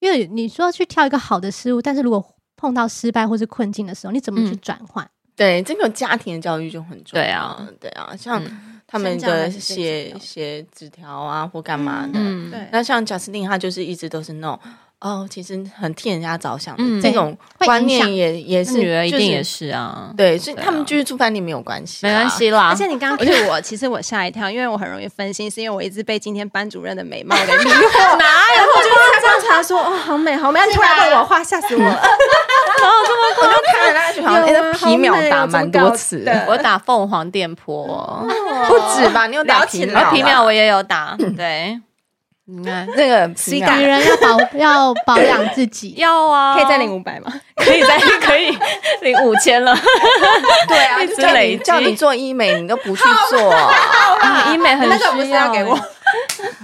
Speaker 2: 因为你说去挑一个好的事物，但是如果碰到失败或是困境的时候，你怎么去
Speaker 4: 嗯
Speaker 2: 转换？
Speaker 1: 对，这个家庭的教育就很重要。
Speaker 4: 对啊，
Speaker 1: 对啊，像他
Speaker 2: 身
Speaker 1: 们
Speaker 2: 教还
Speaker 1: 的
Speaker 2: 是最重
Speaker 1: 写
Speaker 2: 要
Speaker 1: 写纸条啊，或干嘛的。
Speaker 4: 嗯，
Speaker 3: 对，
Speaker 1: 那像贾斯汀，他就是一直都是那种哦，其实很替人家着想的、
Speaker 4: 嗯
Speaker 1: 这种
Speaker 2: 会
Speaker 1: 观
Speaker 2: 影
Speaker 1: 念
Speaker 2: 响
Speaker 1: 也也
Speaker 4: 那
Speaker 1: 是
Speaker 4: 女儿一定也
Speaker 1: 是、
Speaker 4: 是啊，
Speaker 1: 对，啊所以
Speaker 4: 对啊
Speaker 1: 他们继续住饭店没有关系、
Speaker 4: 没关。系啦，
Speaker 3: 而且你刚刚 Q 我，其实我吓一跳，因为我很容易分心，是因为我一直被今天班主任的美貌给迷惑。哪有？ 我就是观察说，哦，好美， 好美！突然问我话，吓死我了。
Speaker 1: 我 就看着他，就好像
Speaker 3: 有
Speaker 1: 那
Speaker 3: 啊
Speaker 1: 皮秒
Speaker 3: 好美哦
Speaker 1: 打
Speaker 3: 怎么
Speaker 1: 蛮多
Speaker 3: 搞
Speaker 1: 次
Speaker 3: 的
Speaker 1: 的，
Speaker 4: 我打凤凰店坡，
Speaker 1: 不止吧？ 你有打
Speaker 3: 聊起
Speaker 1: 皮
Speaker 3: 来
Speaker 1: 秒
Speaker 4: 然
Speaker 1: 吧？
Speaker 4: 后皮 啊秒我也有打，对，你看
Speaker 1: 那个皮秒
Speaker 3: 打
Speaker 2: 女人要保要保养自己，
Speaker 4: 要啊，
Speaker 3: 可以再领五百吗？
Speaker 4: 可以再可以领五千了，
Speaker 1: 对啊，
Speaker 4: 一
Speaker 1: 就
Speaker 4: 直
Speaker 1: 叫
Speaker 4: 累
Speaker 1: 你叫你
Speaker 4: 积
Speaker 1: 做医美，你都不去做，
Speaker 4: 啊 医美 很
Speaker 3: 那个不是
Speaker 4: 需要
Speaker 3: 要给我，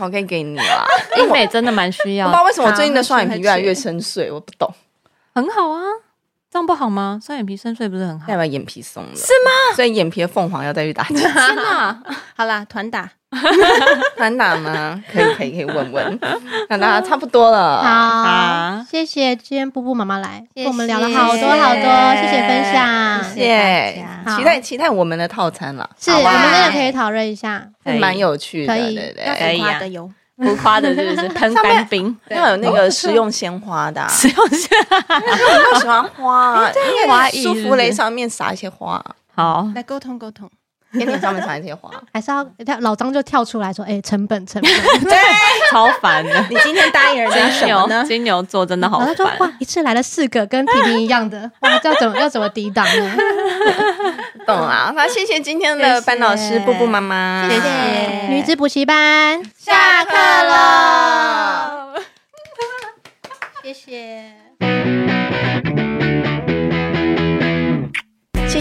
Speaker 1: 我可以给你啦。
Speaker 4: 医美真的蛮需
Speaker 1: 我不
Speaker 4: 要
Speaker 1: 知
Speaker 4: 的
Speaker 1: 道，为什么我最近的双眼
Speaker 3: 好
Speaker 1: 皮越来越深邃，我不懂，
Speaker 4: 很好啊，这样不好吗？双眼皮深邃不是很好
Speaker 1: 代？表眼皮松了，是吗？所以眼皮的凤凰要再去打针，
Speaker 4: 天哪，
Speaker 3: 好啦，团打。
Speaker 1: 难打吗？可以可以可以问问，那那差不多了，
Speaker 2: 好
Speaker 4: 啊，
Speaker 2: 谢谢今天布布妈妈来
Speaker 3: 谢
Speaker 2: 跟我们聊了好多好多，谢谢分享，
Speaker 1: 谢谢
Speaker 2: 好
Speaker 1: 期待期待我们的套餐了，
Speaker 2: 是
Speaker 1: 好啊
Speaker 2: 我
Speaker 1: 吧
Speaker 2: 们真的可以讨论一下，
Speaker 4: 可以
Speaker 1: 蛮有趣的，
Speaker 2: 可以
Speaker 1: 对对
Speaker 3: 要
Speaker 1: 对。
Speaker 4: 可
Speaker 3: 浮
Speaker 4: 以
Speaker 3: 夸
Speaker 4: 啊
Speaker 3: 的油，
Speaker 4: 浮夸的是不是？喷
Speaker 1: 上面
Speaker 4: 干冰，
Speaker 1: 要有那个食用鲜花的啊，
Speaker 4: 只有这样
Speaker 1: 我喜欢花啊，因为
Speaker 4: 花艺
Speaker 1: 舒
Speaker 4: 是
Speaker 1: 芙
Speaker 4: 不是
Speaker 1: 蕾上面撒一些花，
Speaker 4: 好。
Speaker 3: 来沟通沟通。
Speaker 1: 甜点上面撒一些花。
Speaker 2: 还是要老张就跳出来说，哎、成本成 本，
Speaker 4: 超烦的。
Speaker 3: 你今天答应人家什么
Speaker 4: 金牛，
Speaker 3: 呢？
Speaker 4: 金牛座真的好
Speaker 2: 然后他说哇
Speaker 4: 烦。，
Speaker 2: 一次来了四个跟婷婷一样的，哇，这要怎么要怎么抵挡呢？
Speaker 1: 懂 啦。那谢谢今天的班老师布布妈妈，
Speaker 3: 谢谢
Speaker 2: 女子补习班，
Speaker 1: 下课喽。
Speaker 2: 谢谢。
Speaker 1: 谢